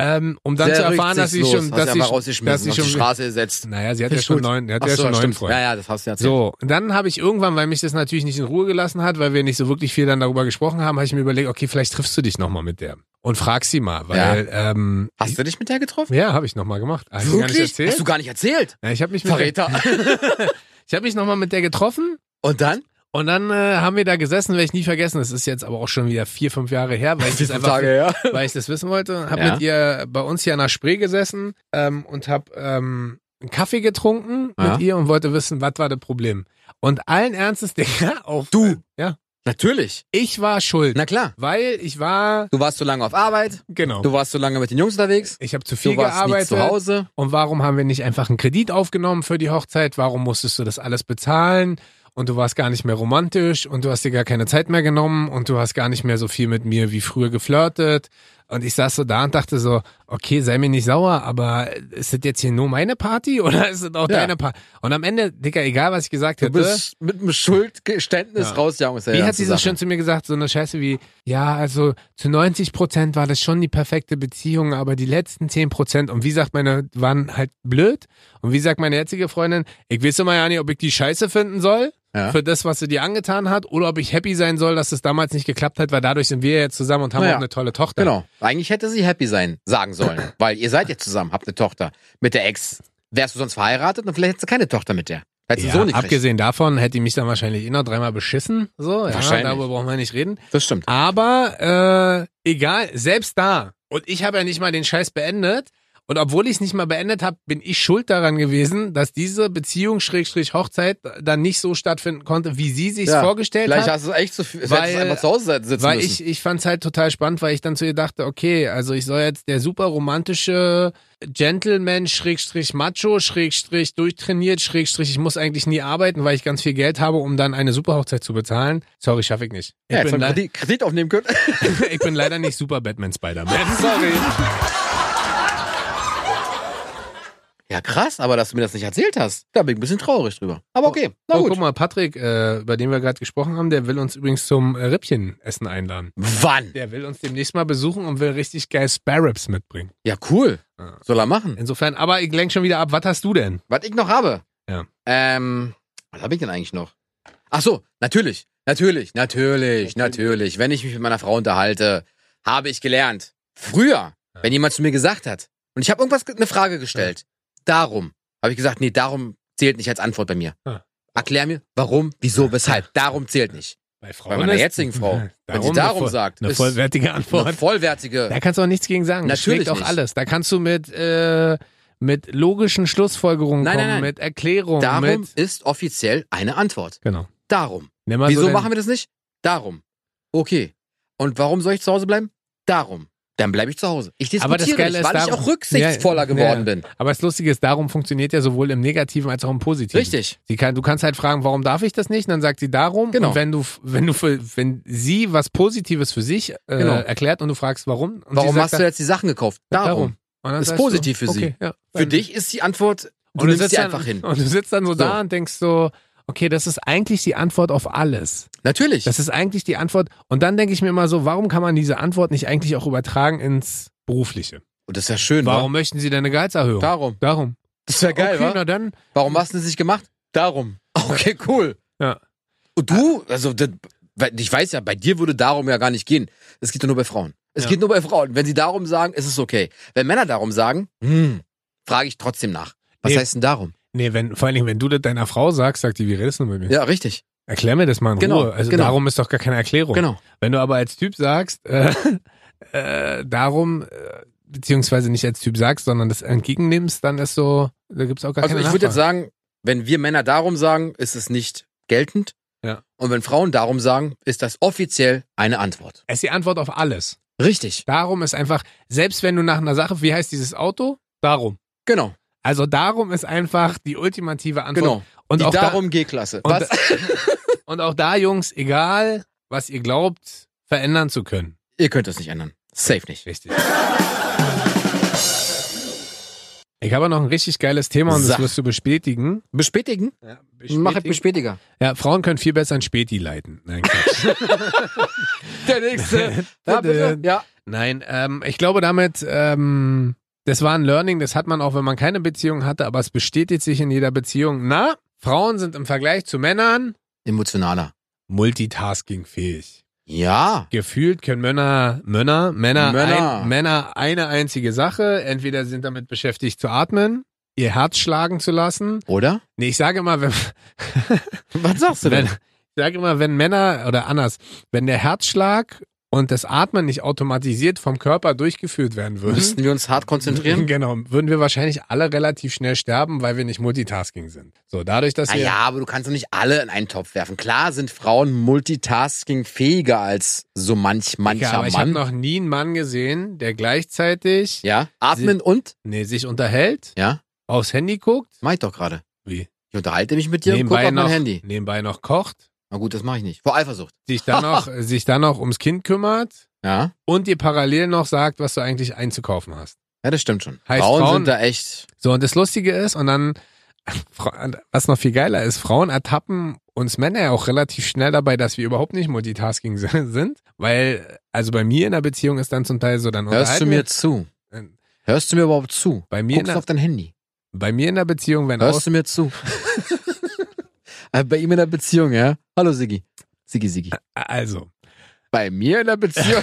B: Ähm, um dann zu erfahren, dass sie schon, dass sie, dass
A: rausgeschmissen,
B: sie
A: auf die
B: schon
A: Straße gesetzt.
B: naja, sie hat ja
A: Fisch
B: schon
A: gut.
B: neun, sie hat
A: Ach
B: ja
A: so,
B: schon neun
A: stimmt.
B: Freunde.
A: Ja, ja, das hast du ja erzählt.
B: So, und dann habe ich irgendwann, weil mich das natürlich nicht in Ruhe gelassen hat, weil wir nicht so wirklich viel dann darüber gesprochen haben, habe ich mir überlegt, okay, vielleicht triffst du dich nochmal mit der und frag sie mal, weil ja, ähm,
A: Hast du dich mit der getroffen?
B: ja, habe ich nochmal gemacht. Hab ich dir gar nicht
A: Wirklich?
B: erzählt?
A: Hast du gar nicht erzählt?
B: ja, ich habe mich mit der,
A: Verräter.
B: ich habe mich nochmal mit der getroffen
A: Und dann?
B: und dann äh, haben wir da gesessen, werde ich nie vergessen. Das ist jetzt aber auch schon wieder vier, fünf Jahre her, weil ich das
A: Fünf
B: einfach
A: her.
B: weil ich das wissen wollte. Hab
A: Ja.
B: mit ihr bei uns hier an der Spree gesessen ähm, und hab ähm, einen Kaffee getrunken
A: Ja.
B: mit ihr und wollte wissen, was war das Problem. Und allen Ernstes, Digga, auch
A: Du?
B: Ja.
A: Natürlich.
B: Ich war schuld,
A: Na klar.
B: weil ich war,
A: Du warst zu lange auf Arbeit,
B: genau,
A: du warst zu lange mit den Jungs unterwegs,
B: ich habe zu viel
A: du warst nicht
B: gearbeitet.
A: zu Hause.
B: Und warum haben wir nicht einfach einen Kredit aufgenommen für die Hochzeit? Warum musstest du das alles bezahlen? Und du warst gar nicht mehr romantisch und du hast dir gar keine Zeit mehr genommen und du hast gar nicht mehr so viel mit mir wie früher geflirtet. Und ich saß so da und dachte so, okay, sei mir nicht sauer, aber ist das jetzt hier nur meine Party oder ist das auch
A: Ja.
B: deine Party? Und am Ende, Dicker, egal was ich gesagt
A: Du
B: hätte,
A: bist mit einem Schuldgeständnis
B: Ja.
A: raus, ja.
B: wie hat sie das schon zu mir gesagt? So eine Scheiße wie, ja, also zu 90 Prozent war das schon die perfekte Beziehung, aber die letzten 10 Prozent, und wie sagt meine, waren halt blöd. Und wie sagt meine jetzige Freundin, ich weiß immer ja nicht, ob ich die Scheiße finden soll
A: Ja.
B: für das, was sie dir angetan hat, oder ob ich happy sein soll, dass es damals nicht geklappt hat, weil dadurch sind wir jetzt zusammen und haben
A: Naja.
B: auch eine tolle Tochter.
A: Genau. Eigentlich hätte sie happy sein, sagen sollen. weil ihr seid jetzt zusammen, habt eine Tochter. Mit der Ex wärst du sonst verheiratet und vielleicht hättest du keine Tochter mit der. Hättest
B: Ja,
A: du so nicht
B: abgesehen davon hätte ich mich dann wahrscheinlich eh noch dreimal beschissen. So,
A: Wahrscheinlich.
B: Ja, darüber brauchen wir nicht reden.
A: Das stimmt.
B: Aber äh, egal, selbst da. Und ich habe ja nicht mal den Scheiß beendet. Und obwohl ich es nicht mal beendet habe, bin ich schuld daran gewesen, dass diese Beziehung Schrägstrich Hochzeit dann nicht so stattfinden konnte, wie sie sich
A: Ja,
B: vorgestellt
A: Vielleicht
B: hat.
A: hast du echt zu viel.
B: Weil-
A: Weil, hättest du einfach zu Hause sitzen
B: Weil
A: müssen.
B: ich, ich fand es halt total spannend, weil ich dann zu ihr dachte, okay, also ich soll jetzt der super romantische Gentleman, Schrägstrich Macho, Schrägstrich durchtrainiert, Schrägstrich, ich muss eigentlich nie arbeiten, weil ich ganz viel Geld habe, um dann eine super Hochzeit zu bezahlen. Sorry, schaffe ich nicht. Ich
A: ja, jetzt
B: bin
A: mal
B: le-
A: Kredit, Kredit aufnehmen können.
B: ich bin leider nicht super Batman Spider-Man.
A: Sorry. Ja, krass, aber dass du mir das nicht erzählt hast, da bin ich ein bisschen traurig drüber. Aber okay, na
B: Oh,
A: gut.
B: guck mal, Patrick, äh, über den wir gerade gesprochen haben, der will uns übrigens zum äh, Rippchenessen einladen.
A: Wann?
B: Der will uns demnächst mal besuchen und will richtig geil Sparrows mitbringen.
A: Ja, cool.
B: Ja.
A: Soll er machen.
B: Insofern, aber ich lenk schon wieder ab. Was hast du denn?
A: Was ich noch habe.
B: Ja.
A: Ähm, was habe ich denn eigentlich noch? Ach so, natürlich, natürlich, natürlich, natürlich. Wenn ich mich mit meiner Frau unterhalte, habe ich gelernt. Früher,
B: Ja.
A: wenn jemand zu mir gesagt hat und ich habe irgendwas ge- eine Frage gestellt, darum habe ich gesagt, nee, darum zählt nicht als Antwort bei mir.
B: Ja.
A: Erklär mir, warum, wieso, weshalb. Darum zählt nicht.
B: Bei Frauen
A: Bei meiner
B: ist-
A: jetzigen Frau. Wenn sie
B: eine
A: darum
B: voll-
A: sagt,
B: Eine
A: ist
B: vollwertige
A: eine
B: Antwort.
A: vollwertige.
B: Da kannst du auch nichts gegen sagen. Das
A: Natürlich
B: schmeckt auch
A: nicht.
B: alles. Da kannst du mit, äh, mit logischen Schlussfolgerungen
A: Nein, nein,
B: kommen,
A: nein.
B: mit Erklärungen,
A: Darum
B: mit...
A: ist offiziell eine Antwort.
B: Genau.
A: Darum.
B: Nimm mal
A: Wieso
B: so den-
A: machen wir das nicht? Darum. Okay. Und warum soll ich zu Hause bleiben? Darum. Dann bleibe ich zu Hause. Ich diskutiere
B: Aber das Geile
A: nicht,
B: ist,
A: weil ich
B: darum-
A: auch rücksichtsvoller
B: Ja,
A: geworden
B: ja.
A: bin.
B: Aber das Lustige ist, darum funktioniert ja sowohl im Negativen als auch im Positiven.
A: Richtig.
B: Sie kann, du kannst halt fragen, warum darf ich das nicht? Und dann sagt sie darum.
A: Genau.
B: Und wenn du, wenn du, für, wenn sie was Positives für sich äh,
A: Genau.
B: erklärt und du fragst, warum? Und
A: Warum
B: sie
A: hast
B: sagt
A: du jetzt die Sachen gekauft?
B: dann,
A: Darum.
B: Und dann
A: Ist
B: sagst
A: positiv
B: du,
A: für sie.
B: Okay, ja,
A: Für dich ist die Antwort, du nimmst
B: sitzt
A: sie
B: dann,
A: einfach hin.
B: Und du sitzt dann so,
A: So.
B: da und denkst so, okay, das ist eigentlich die Antwort auf alles.
A: Natürlich.
B: Das ist eigentlich die Antwort. Und dann denke ich mir immer so, warum kann man diese Antwort nicht eigentlich auch übertragen ins Berufliche?
A: Und das ist ja schön,
B: Warum möchten sie denn eine Gehaltserhööung?
A: wa? Genau. Darum.
B: Darum.
A: Das ist ja geil,
B: okay,
A: wa?
B: na dann.
A: Warum hast du es nicht gemacht? Darum. Okay, cool.
B: Ja.
A: Und du, also das, weil ich weiß ja, bei dir würde darum ja gar nicht gehen. Es geht doch nur bei Frauen. Es
B: Ja.
A: geht nur bei Frauen. Wenn sie darum sagen, ist es okay. Wenn Männer darum sagen, hm, frage ich trotzdem nach. Was
B: Nee.
A: heißt denn darum?
B: Nee, wenn, vor allen Dingen, wenn du das deiner Frau sagst, sagt die, wie redest du mit mir?
A: Ja, richtig.
B: Erklär mir das mal in
A: Genau,
B: Ruhe. Also
A: genau.
B: darum ist doch Oh. gar keine Erklärung.
A: Genau.
B: Wenn du aber als Typ sagst, äh, äh, darum, äh, beziehungsweise nicht als Typ sagst, sondern das entgegennimmst, dann ist so, da gibt's auch gar
A: Also
B: keine
A: ich würde jetzt
B: Nachfrage.
A: sagen, wenn wir Männer darum sagen, ist es nicht geltend.
B: Ja.
A: Und wenn Frauen darum sagen, ist das offiziell eine Antwort.
B: Es ist die Antwort auf alles.
A: Richtig.
B: Darum ist einfach, selbst wenn du nach einer Sache, wie heißt dieses Auto? Darum.
A: Genau.
B: Also darum ist einfach die ultimative Antwort.
A: Genau.
B: Und
A: Die
B: auch da-
A: darum G-Klasse.
B: Und
A: Was?
B: Und auch da, Jungs, egal, was ihr glaubt, verändern zu können.
A: Ihr könnt das nicht ändern. Safe nicht.
B: Richtig. Ich habe noch ein richtig geiles Thema und das
A: Sag.
B: wirst du bestätigen.
A: Bestätigen?
B: Ja,
A: Mach ich bestätiger.
B: ja, Frauen können viel besser ein Späti leiten. Nein, Quatsch.
A: Der nächste. ja, bitte. Ja.
B: Nein ähm, ich glaube damit, ähm, das war ein Learning, das hat man auch, wenn man keine Beziehung hatte, aber es bestätigt sich in jeder Beziehung. Na, Frauen sind im Vergleich zu Männern
A: Emotionaler.
B: multitaskingfähig.
A: Ja.
B: Gefühlt können Männer, Männer, Männer,
A: Männer.
B: Ein, Männer eine einzige Sache. Entweder sind damit beschäftigt zu atmen, ihr Herz schlagen zu lassen.
A: Oder?
B: Nee, ich sage immer, wenn,
A: Was sagst
B: wenn, ich sage immer, wenn Männer, oder anders, wenn der Herzschlag und das Atmen nicht automatisiert vom Körper durchgeführt werden würde,
A: Müssten wir uns hart konzentrieren?
B: Genau, würden wir wahrscheinlich alle relativ schnell sterben, weil wir nicht Multitasking sind. So, dadurch, dass wir.
A: Naja, Ah aber du kannst doch nicht alle in einen Topf werfen. Klar sind Frauen multitaskingfähiger als so manch
B: ja,
A: mancher
B: aber ich habe
A: Mann.
B: noch nie einen Mann gesehen, der gleichzeitig
A: ja, atmen und?
B: nee, sich unterhält,
A: Ja,
B: aufs Handy guckt,
A: mach ich doch gerade.
B: Wie?
A: Ich unterhalte mich mit dir und gucke
B: nebenbei,
A: auf mein
B: noch,
A: Handy.
B: nebenbei noch kocht,
A: Na gut, das mache ich nicht. Vor Eifersucht.
B: sich dann noch, sich dann noch ums Kind kümmert
A: Ja,
B: und dir parallel noch sagt, was du eigentlich einzukaufen hast.
A: ja das stimmt schon.
B: Heißt,
A: Frauen,
B: Frauen-
A: sind da echt...
B: So, und das Lustige ist, und dann, Fra- was noch viel geiler ist, Frauen ertappen uns Männer ja auch relativ schnell dabei, dass wir überhaupt nicht Multitasking sind, weil, also bei mir in der Beziehung ist dann zum Teil so, dann
A: Hörst du
B: unterhalten
A: mir zu?
B: wir- äh,
A: Hörst du mir überhaupt zu?
B: bei mir, in
A: Guckst
B: der,
A: auf dein Handy.
B: bei mir in der Beziehung, wenn
A: Hörst du mir zu? Äh, Bei ihm in der Beziehung, ja? Hallo Siggi. Siggi, Siggi.
B: Also,
A: Bei mir in der Beziehung.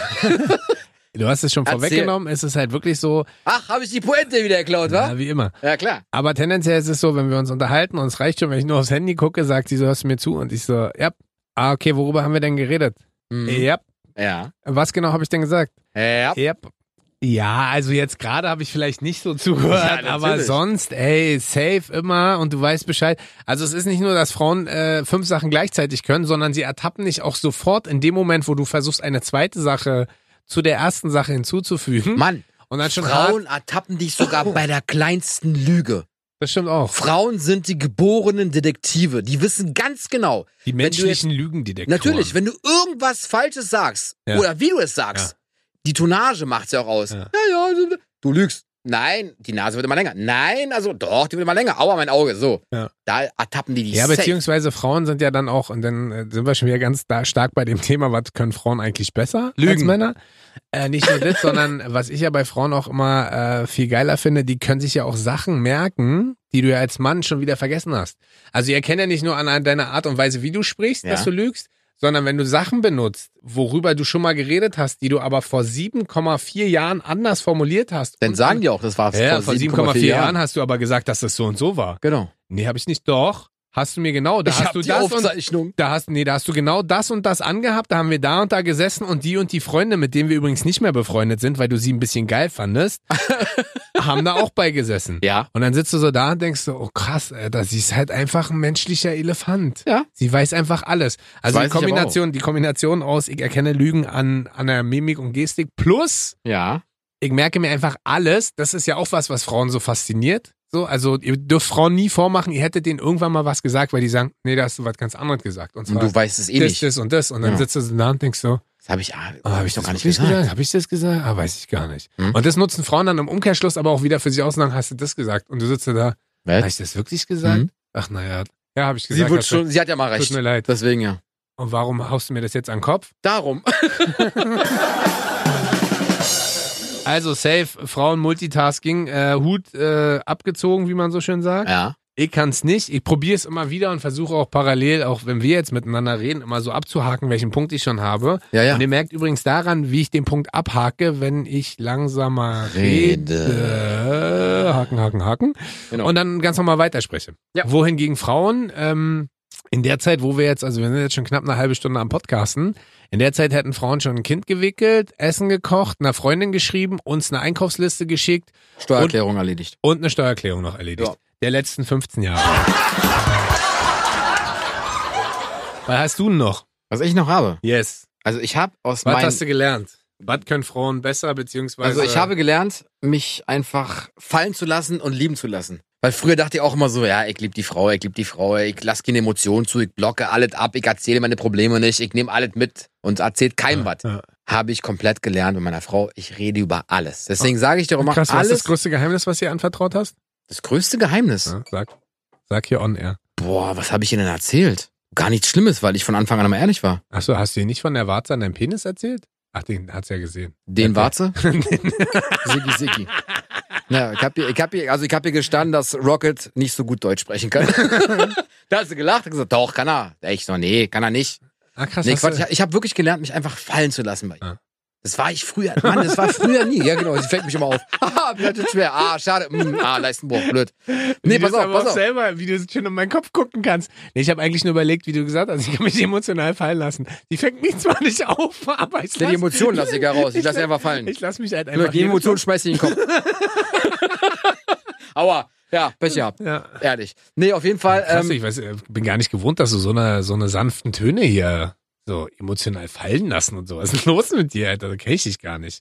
B: du hast es schon
A: Erzähl.
B: vorweggenommen, es ist halt wirklich so,
A: Ach, habe ich die Pointe wieder geklaut, wa?
B: na, wie immer.
A: Ja, klar.
B: Aber tendenziell ist es so, wenn wir uns unterhalten und es reicht schon, wenn ich nur aufs Handy gucke, sagt sie so, hörst du mir zu? Und ich so, ja. Ah, okay, worüber haben wir denn geredet?
A: Mhm.
B: Ja.
A: Ja.
B: Was genau habe ich denn gesagt?
A: Ja.
B: Yep. Ja, also jetzt gerade habe ich vielleicht nicht so zugehört,
A: Ja,
B: aber
A: natürlich.
B: sonst, ey, safe immer und du weißt Bescheid. Also es ist nicht nur, dass Frauen äh, fünf Sachen gleichzeitig können, sondern sie ertappen dich auch sofort in dem Moment, wo du versuchst, eine zweite Sache zu der ersten Sache hinzuzufügen.
A: Mann,
B: und dann schon hart,
A: Frauen ertappen dich sogar bei der kleinsten Lüge.
B: das stimmt auch.
A: Frauen sind die geborenen Detektive. Die wissen ganz genau.
B: Die
A: wenn du
B: menschlichen Lügendetektoren.
A: Natürlich, wenn du irgendwas Falsches sagst
B: Ja.
A: oder wie du es sagst, die Tonnage macht's ja auch aus.
B: Ja.
A: Ja. Ja, so- du lügst. Nein, die Nase wird immer länger. Nein, also doch, die wird immer länger. Aua, mein Auge, so.
B: Ja.
A: Da ertappen die die
B: ja,
A: safe.
B: beziehungsweise Frauen sind ja dann auch, und dann äh, sind wir schon wieder ganz da, stark bei dem Thema, was können Frauen eigentlich besser als
A: Lügen.
B: Männer? Äh, nicht nur das, sondern was ich ja bei Frauen auch immer äh, viel geiler finde, die können sich ja auch Sachen merken, die du ja als Mann schon wieder vergessen hast. Also ihr kennt ja nicht nur an deiner Art und Weise, wie du sprichst,
A: Ja.
B: dass du lügst, sondern wenn du Sachen benutzt, worüber du schon mal geredet hast, die du aber vor 7,4 Jahren anders formuliert hast.
A: Dann
B: und-
A: sagen die auch, das war
B: ja, vor 7,4 Jahren hast du aber gesagt, dass das so und so war.
A: Genau.
B: Nee, habe ich nicht. Doch. Hast du mir genau, da hast
A: hab
B: du
A: die
B: das und
A: Aufzeichnung.
B: da hast nee, da hast du genau das und das angehabt, da haben wir da und da gesessen und die und die Freunde, mit denen wir übrigens nicht mehr befreundet sind, weil du sie ein bisschen geil fandest, haben da auch bei gesessen.
A: ja.
B: Und dann sitzt du so da und denkst so, oh krass, Alter, sie ist halt einfach ein menschlicher Elefant.
A: Ja.
B: Sie weiß einfach alles. Also
A: weiß
B: die
A: ich aber
B: Kombination, die Kombination aus, ich erkenne Lügen an, an der Mimik und Gestik plus
A: Ja.
B: ich merke mir einfach alles. Das ist ja auch was, was Frauen so fasziniert. So, also ihr dürft Frauen nie vormachen, ihr hättet denen irgendwann mal was gesagt, weil die sagen, nee, da hast du was ganz anderes gesagt. Und
A: Und
B: zwar
A: du weißt es eh
B: das,
A: nicht. Das
B: das und das. Und dann
A: Ja.
B: sitzt du so da und denkst so,
A: habe ich, ah,
B: ah,
A: hab ich doch
B: das
A: gar nicht
B: wirklich
A: gesagt.
B: Habe ich das gesagt? Ah, weiß ich gar nicht.
A: Hm?
B: Und das nutzen Frauen dann im Umkehrschluss aber auch wieder für sich aus und sagen, hast du das gesagt? Und du sitzt da, habe ich das wirklich gesagt?
A: Hm?
B: Ach naja, ja, habe ich gesagt.
A: Sie, wird
B: hast du.
A: schon, sie hat ja mal
B: Tut
A: recht.
B: mir leid.
A: Deswegen ja.
B: Und warum haust du mir das jetzt an den Kopf?
A: Darum.
B: Also safe, Frauen Multitasking, äh, Hut äh, abgezogen, wie man so schön sagt.
A: Ja.
B: Ich kann's nicht. Ich probiere es immer wieder und versuche auch parallel, auch wenn wir jetzt miteinander reden, immer so abzuhaken, welchen Punkt ich schon habe.
A: Ja, ja.
B: Und ihr merkt übrigens daran, wie ich den Punkt abhake, wenn ich langsamer rede. Haken, haken, haken.
A: Genau.
B: Und dann ganz normal weiterspreche.
A: Ja.
B: Wohingegen Frauen, ähm, in der Zeit, wo wir jetzt, also wir sind jetzt schon knapp eine halbe Stunde am Podcasten, in der Zeit hätten Frauen schon ein Kind gewickelt, Essen gekocht, einer Freundin geschrieben, uns eine Einkaufsliste geschickt
A: Steuererklärung erledigt.
B: und eine Steuererklärung noch erledigt.
A: Ja.
B: Der letzten 15 Jahre. Was hast du denn noch?
A: Was Also ich noch habe.
B: Yes.
A: Also ich habe aus
B: Was
A: meinen.
B: hast du gelernt? Was können Frauen besser, beziehungsweise.
A: Also ich habe gelernt, mich einfach fallen zu lassen und lieben zu lassen. Weil früher dachte ich auch immer so, ja, ich liebe die Frau, ich liebe die Frau, ich lasse keine Emotionen zu, ich blocke alles ab, ich erzähle meine Probleme nicht, ich nehme alles mit und erzählt keinem was.
B: Ja.
A: Habe ich komplett gelernt mit meiner Frau, ich rede über alles. Deswegen sage ich doch immer,
B: Ah. Krass, was
A: alles,
B: ist das
A: das,
B: größte Geheimnis, was ihr anvertraut hast?
A: größte Geheimnis.
B: Ja, sag. Sag hier on air.
A: Boah, was habe ich Ihnen denn erzählt? Gar nichts Schlimmes, weil ich von Anfang an immer ehrlich war.
B: Achso, hast du ihr nicht von der Warze an deinem Penis erzählt? Ach, den hat's ja gesehen.
A: Den
B: Okay.
A: Warze? Siggi Siggi. Ja, ich hab ihr, ich hab ihr, also ich hab ihr gestanden, dass Rocket nicht so gut Deutsch sprechen kann. da hat sie gelacht und gesagt, doch, kann er. Ich so, nee, kann er nicht.
B: Ah, krass.
A: Nee,
B: hast
A: Quatsch,
B: du-
A: ich, ich habe wirklich gelernt, mich einfach fallen zu lassen bei ihr.
B: Ah.
A: Das war ich früher. Mann, das war früher nie. Ja, genau. Sie fällt mich immer auf. Ah, wird jetzt schwer. Ah, schade. Hm, ah, Leistenbruch. Blöd. Nee,
B: wie
A: pass
B: du
A: auf,
B: es aber
A: pass
B: auch
A: auf.
B: selber, wie du es schön in meinen Kopf gucken kannst. Nee, ich habe eigentlich nur überlegt, wie du gesagt hast, ich kann mich emotional fallen lassen. Die fängt mich zwar nicht auf, aber ich
A: Ja,
B: lass-
A: Die Emotionen lasse ich ja raus. Ich lasse sie
B: la-
A: einfach fallen.
B: Ich lasse mich halt einfach.
A: Blöd, die
B: jedes
A: Emotionen schmeiße ich in den Kopf. Aua. Ja, Pech gehabt.
B: Mal- Ja.
A: Ehrlich. Nee, auf jeden Fall.
B: Krass,
A: Ähm,
B: ich weiß, äh, bin gar nicht gewohnt, dass du so eine, so eine sanften Töne hier so emotional fallen lassen und so. Was ist denn los mit dir, Alter? Da kenne ich dich gar nicht.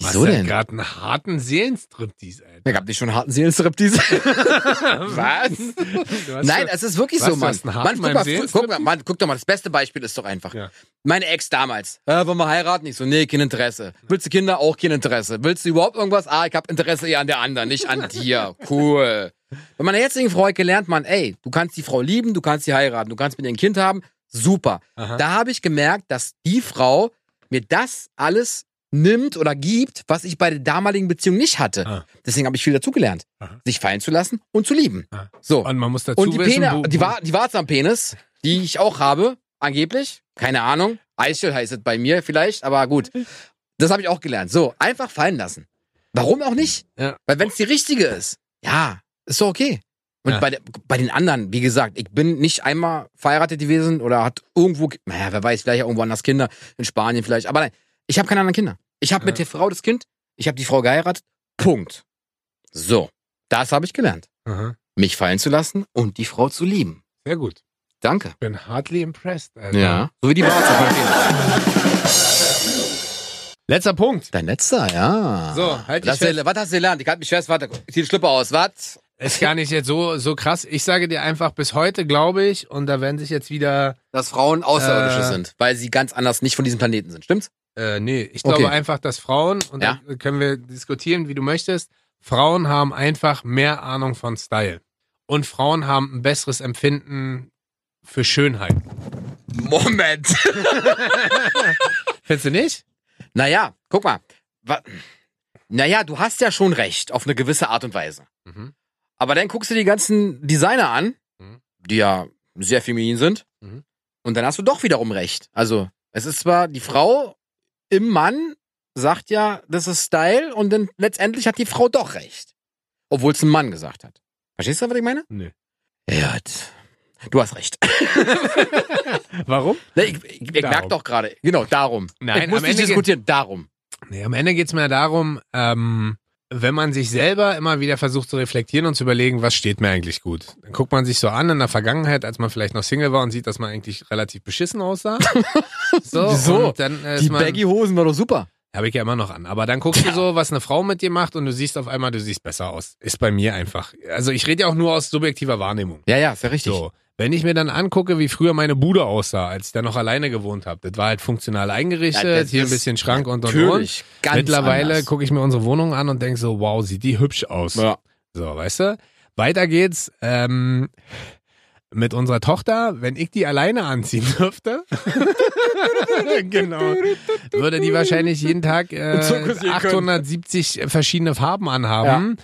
A: wieso
B: du hast ja
A: denn?
B: gerade einen harten Seelenstrip, dies, Alter.
A: Ich hab nicht schon einen harten Seelenstriptease. Was?
B: Du hast
A: Nein, also,
B: schon-
A: es ist wirklich
B: Was,
A: so,
B: du
A: Mann.
B: hast einen Haken
A: Mann, guck
B: beim
A: mal,
B: Sehen?
A: guck mal, Mann, guck doch mal, das beste Beispiel ist doch einfach.
B: Ja.
A: Meine Ex damals, äh, wollen wir heiraten? Ich so, nee, kein Interesse. Willst du Kinder? Auch kein Interesse. Willst du überhaupt irgendwas? Ah, ich hab Interesse eher an der anderen, nicht an dir. Cool. Bei meiner jetzigen Frau hab ich gelernt, Mann, ey, du kannst die Frau lieben, du kannst sie heiraten, du kannst mit ihr ein Kind haben. Super.
B: Aha.
A: Da habe ich gemerkt, dass die Frau mir das alles nimmt oder gibt, was ich bei der damaligen Beziehung nicht hatte.
B: Ah.
A: Deswegen habe ich viel dazugelernt.
B: Aha.
A: Sich fallen zu lassen und zu lieben.
B: Ah.
A: So.
B: Und man muss dazu
A: Und die,
B: wissen,
A: Pene,
B: wo,
A: die, Wa die Warze am Penis, die ich auch habe, angeblich, keine Ahnung, Eichel heißt es bei mir vielleicht, aber gut. Das habe ich auch gelernt. So, einfach fallen lassen. Warum auch nicht?
B: Ja.
A: Weil wenn es die richtige ist, ja, ist doch okay. Und
B: Ja.
A: bei, der, bei den anderen, wie gesagt, ich bin nicht einmal verheiratet gewesen oder hat irgendwo, ge- naja, wer weiß, vielleicht auch irgendwo anders Kinder, in Spanien vielleicht, aber nein, ich habe keine anderen Kinder. Ich habe mit
B: Ja.
A: der Frau das Kind, ich habe die Frau geheiratet, Punkt. So, das habe ich gelernt
B: Aha.
A: mich fallen zu lassen und die Frau zu lieben.
B: Sehr gut.
A: Danke.
B: Bin hardly impressed. Alter.
A: Ja. So wie die Warze.
B: Letzter Punkt.
A: Dein letzter, ja.
B: So, halt dich
A: was,
B: fest.
A: was hast du gelernt? Ich halte mich fest, warte, zieh die Schlippe aus, was?
B: Ist gar nicht jetzt so, so krass. Ich sage dir einfach, bis heute glaube ich, und da werden sich jetzt wieder,
A: Dass Frauen Außerirdische
B: Äh.
A: sind, weil sie ganz anders nicht von diesem Planeten sind, stimmt's?
B: äh, nee, ich
A: Okay.
B: glaube einfach, dass Frauen, und
A: Ja.
B: da können wir diskutieren, wie du möchtest, Frauen haben einfach mehr Ahnung von Style. Und Frauen haben ein besseres Empfinden für Schönheit.
A: Moment.
B: Findest du nicht?
A: naja, guck mal. Wa- Naja, du hast ja schon recht, auf eine gewisse Art und Weise.
B: Mhm.
A: Aber dann guckst du die ganzen Designer an,
B: Mhm.
A: die ja sehr feminin sind.
B: Mhm.
A: Und dann hast du doch wiederum recht. Also, es ist zwar die Frau im Mann sagt ja, das ist Style und dann letztendlich hat die Frau doch recht. Obwohl es ein Mann gesagt hat. Verstehst du, was ich meine?
B: Nee.
A: Ja, du hast recht.
B: Warum?
A: Ne, Ich, ich, ich merke
B: Darum.
A: doch gerade, genau, darum.
B: Nein,
A: ich muss
B: am
A: nicht
B: Ende geht-
A: diskutieren, darum.
B: Nee, am Ende geht's mir darum, ähm, wenn man sich selber immer wieder versucht zu reflektieren und zu überlegen, was steht mir eigentlich gut. Dann guckt man sich so an in der Vergangenheit, als man vielleicht noch Single war und sieht, dass man eigentlich relativ beschissen aussah. So,
A: Wieso?
B: Und dann äh, ist
A: Die
B: man,
A: Baggy-Hosen war doch super.
B: habe ich ja immer noch an. Aber dann guckst du so, was eine Frau mit dir macht und du siehst auf einmal, du siehst besser aus. Ist bei mir einfach. Also ich rede ja auch nur aus subjektiver Wahrnehmung.
A: Ja, ja, ist ja richtig.
B: So, wenn ich mir dann angucke, wie früher meine Bude aussah, als ich da noch alleine gewohnt habe, das war halt funktional eingerichtet,
A: Ja, das
B: hier ein
A: ist
B: bisschen Schrank und und und.
A: Natürlich, ganz
B: Mittlerweile
A: anders.
B: gucke ich mir unsere Wohnung an und denke so, wow, sieht die hübsch aus.
A: Ja.
B: So, weißt du? Weiter geht's ähm, mit unserer Tochter. Wenn ich die alleine anziehen dürfte, genau, würde die wahrscheinlich jeden Tag äh,
A: Und Zirkus gehen können.
B: 870 verschiedene Farben anhaben.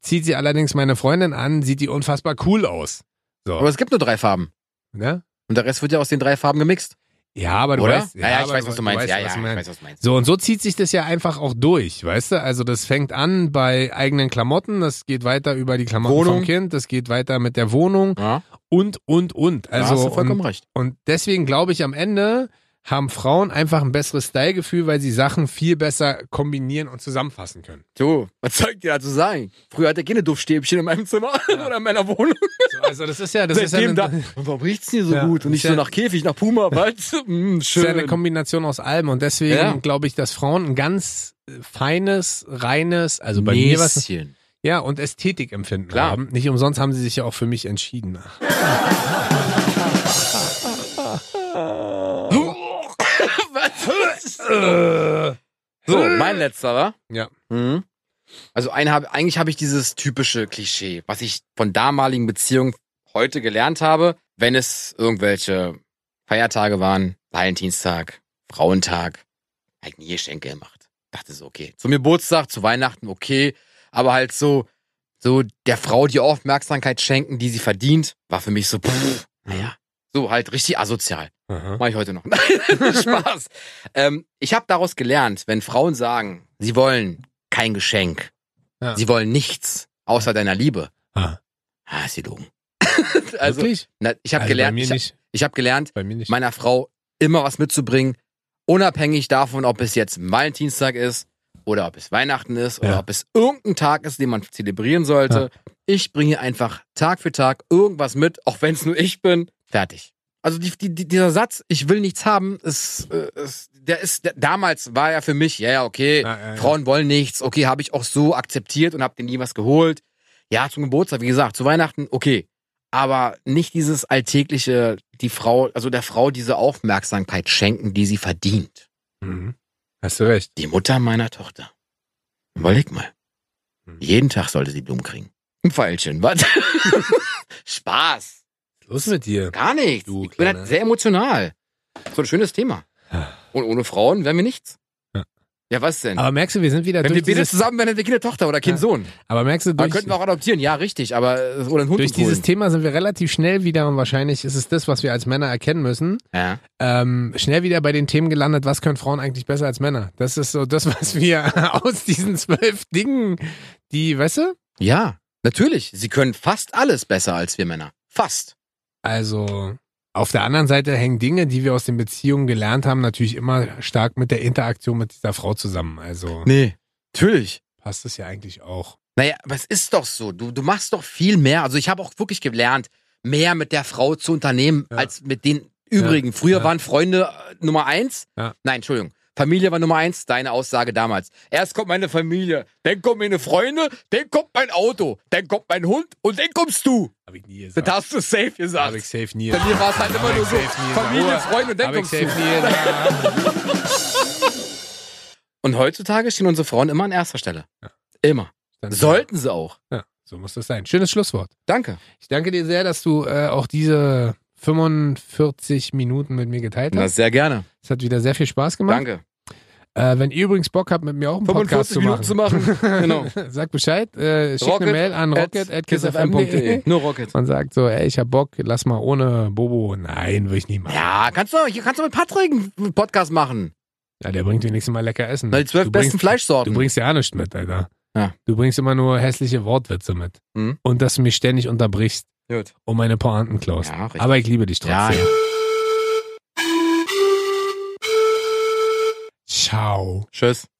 B: Zieht sie allerdings meine Freundin an, sieht die unfassbar cool aus.
A: Aber
B: So,
A: es gibt nur drei Farben.
B: ne?
A: Und der Rest wird ja aus den drei Farben gemixt.
B: Ja, aber du
A: Oder?
B: weißt,
A: ja, ja, ich
B: aber
A: weiß, was du meinst.
B: weißt,
A: ja,
B: was
A: ja,
B: du
A: ich
B: meinst.
A: weiß, was du meinst.
B: So, und so zieht sich das ja einfach auch durch, weißt du? Also das fängt an bei eigenen Klamotten, das geht weiter über die Klamotten
A: Wohnung.
B: vom Kind, das geht weiter mit der Wohnung
A: Ja,
B: und, und, und.
A: also, hast
B: Also
A: du vollkommen
B: und,
A: recht.
B: und deswegen glaube ich, am Ende haben Frauen einfach ein besseres Stylegefühl, weil sie Sachen viel besser kombinieren und zusammenfassen können.
A: Du, was soll ich dir dazu sagen? Früher hatte ich keine Duftstäbchen in meinem Zimmer oder in meiner Wohnung.
B: So, also das ist ja, das ist ja, eine,
A: Seitdem da.
B: das
A: Und warum riecht's denn hier so
B: Ja,
A: gut? Und nicht
B: ist
A: so
B: ja-
A: nach Käfig, nach Puma, was? Mm,
B: ist ja eine
A: schön.
B: Kombination aus allem und deswegen
A: Ja.
B: glaube ich, dass Frauen ein ganz äh, feines, reines, also bei mir was
A: Näschen.
B: Ja, und Ästhetik empfinden
A: Klar.
B: haben. Nicht umsonst haben sie sich ja auch für mich entschieden. Äh.
A: So, mein letzter, wa?
B: Ja.
A: Mhm. Also ein, hab- eigentlich habe ich dieses typische Klischee, was ich von damaligen Beziehungen heute gelernt habe, wenn es irgendwelche Feiertage waren, Valentinstag, Frauentag, halt nie Geschenke gemacht. Dachte so, okay. Zum Geburtstag, zu Weihnachten, okay. Aber halt so, so der Frau die Aufmerksamkeit schenken, die sie verdient, war für mich so, pff, naja, so halt richtig asozial.
B: Aha.
A: Mache ich heute noch. Nein, Spaß. Ähm, ich habe daraus gelernt, wenn Frauen sagen, sie wollen kein Geschenk,
B: Ja.
A: sie wollen nichts außer deiner Liebe,
B: Ah,
A: ah, ist sie dumm. also,
B: Wirklich?
A: na, ich habe
B: also Bei
A: gelernt,
B: mir
A: ich, hab-
B: nicht.
A: ich habe gelernt,
B: Bei mir nicht.
A: meiner Frau immer was mitzubringen, unabhängig davon, ob es jetzt Valentinstag ist oder ob es Weihnachten ist oder
B: Ja.
A: ob es irgendein Tag ist, den man zelebrieren sollte. Ich bringe einfach Tag für Tag irgendwas mit, auch wenn es nur ich bin. Fertig. Also die, die, die, dieser Satz, ich will nichts haben, ist, äh, ist der ist der, damals war ja für mich, ja ja okay,
B: Ah, Ja, ja, ja.
A: Frauen wollen nichts, okay, habe ich auch so akzeptiert und habe denen nie was geholt. Ja zum Geburtstag, wie gesagt, zu Weihnachten, okay, aber nicht dieses alltägliche, die Frau, also der Frau diese Aufmerksamkeit schenken, die sie verdient.
B: Mhm. Hast du recht.
A: Die Mutter meiner Tochter. Überleg mal.
B: Mhm.
A: Jeden Tag sollte sie Blumen kriegen. Ein Pfeilchen, was? Spaß.
B: Los mit dir.
A: Gar nichts.
B: Du
A: ich bin
B: Kleiner.
A: halt sehr emotional. So ein schönes Thema. Und ohne Frauen wären wir nichts.
B: Ja.
A: Ja, was denn?
B: Aber merkst du, wir sind wieder
A: wenn wir
B: durch
A: beide
B: dieses,
A: zusammen wären, hätten wir keine Tochter oder keinen
B: Ja.
A: Sohn.
B: aber merkst du,
A: Dann
B: durch,
A: könnten wir auch adoptieren. Ja, richtig. Aber, äh, oder einen Hund
B: durch
A: uns holen.
B: dieses Thema sind wir relativ schnell wieder und wahrscheinlich ist es das, was wir als Männer erkennen müssen.
A: Ja.
B: ähm, schnell wieder bei den Themen gelandet, was können Frauen eigentlich besser als Männer? Das ist so das, was wir aus diesen zwölf Dingen, die, weißt du?
A: ja, natürlich. Sie können fast alles besser als wir Männer. Fast.
B: Also auf der anderen Seite hängen Dinge, die wir aus den Beziehungen gelernt haben, natürlich immer stark mit der Interaktion mit dieser Frau zusammen. Also
A: Nee, natürlich.
B: passt es ja eigentlich auch.
A: Naja, aber es ist doch so. Du, du machst doch viel mehr. Also ich habe auch wirklich gelernt, mehr mit der Frau zu unternehmen,
B: Ja.
A: als mit den übrigen. Früher
B: ja.
A: waren Freunde äh, Nummer eins.
B: Ja.
A: Nein, Entschuldigung. Familie war Nummer eins, deine Aussage damals. Erst kommt meine Familie, dann kommen meine Freunde, dann kommt mein Auto, dann kommt mein Hund und dann kommst du.
B: Habe ich nie
A: Das hast du safe
B: Hab ich
A: gesagt.
B: safe nie
A: Bei mir war es halt immer
B: Hab
A: nur
B: ich
A: so,
B: safe nie gesagt.
A: Familie,
B: Ruhe.
A: Freunde und dann
B: Hab ich
A: kommst
B: safe
A: du.
B: nie gesagt.
A: Und heutzutage stehen unsere Frauen immer an erster Stelle. Immer.
B: Dann-
A: Sollten sie auch.
B: Ja, so muss das sein. Schönes Schlusswort.
A: Danke.
B: Ich danke dir sehr, dass du äh, auch diese 45 Minuten mit mir geteilt
A: Na,
B: hast.
A: sehr gerne.
B: Es hat wieder sehr viel Spaß gemacht.
A: Danke.
B: Äh, wenn ihr übrigens Bock habt, mit mir auch einen Podcast
A: 45
B: zu
A: Minuten
B: machen,
A: zu machen. Genau.
B: sagt Bescheid, äh, schickt eine
A: Rocket
B: Mail an
A: E.
B: rocket.kissfm.de
A: Nur Rocket.
B: und sagt so, ey, ich hab Bock, lass mal ohne Bobo. Nein, will ich nie machen. Ja,
A: Ja, kannst du, hier kannst du mit Patrick einen Podcast machen.
B: der bringt wenigstens mal lecker Essen.
A: Na, die zwölf
B: Du
A: besten
B: bringst,
A: Fleischsorten.
B: Du bringst ja auch nichts mit, Alter.
A: Ja.
B: Du bringst immer nur hässliche Wortwitze mit.
A: Mhm.
B: Und dass du mich ständig unterbrichst
A: Gut.
B: und meine Pointen klaust.
A: Ja, richtig.
B: Aber ich liebe dich trotzdem.
A: Ja, ja.
B: Ciao.
A: Tschüss.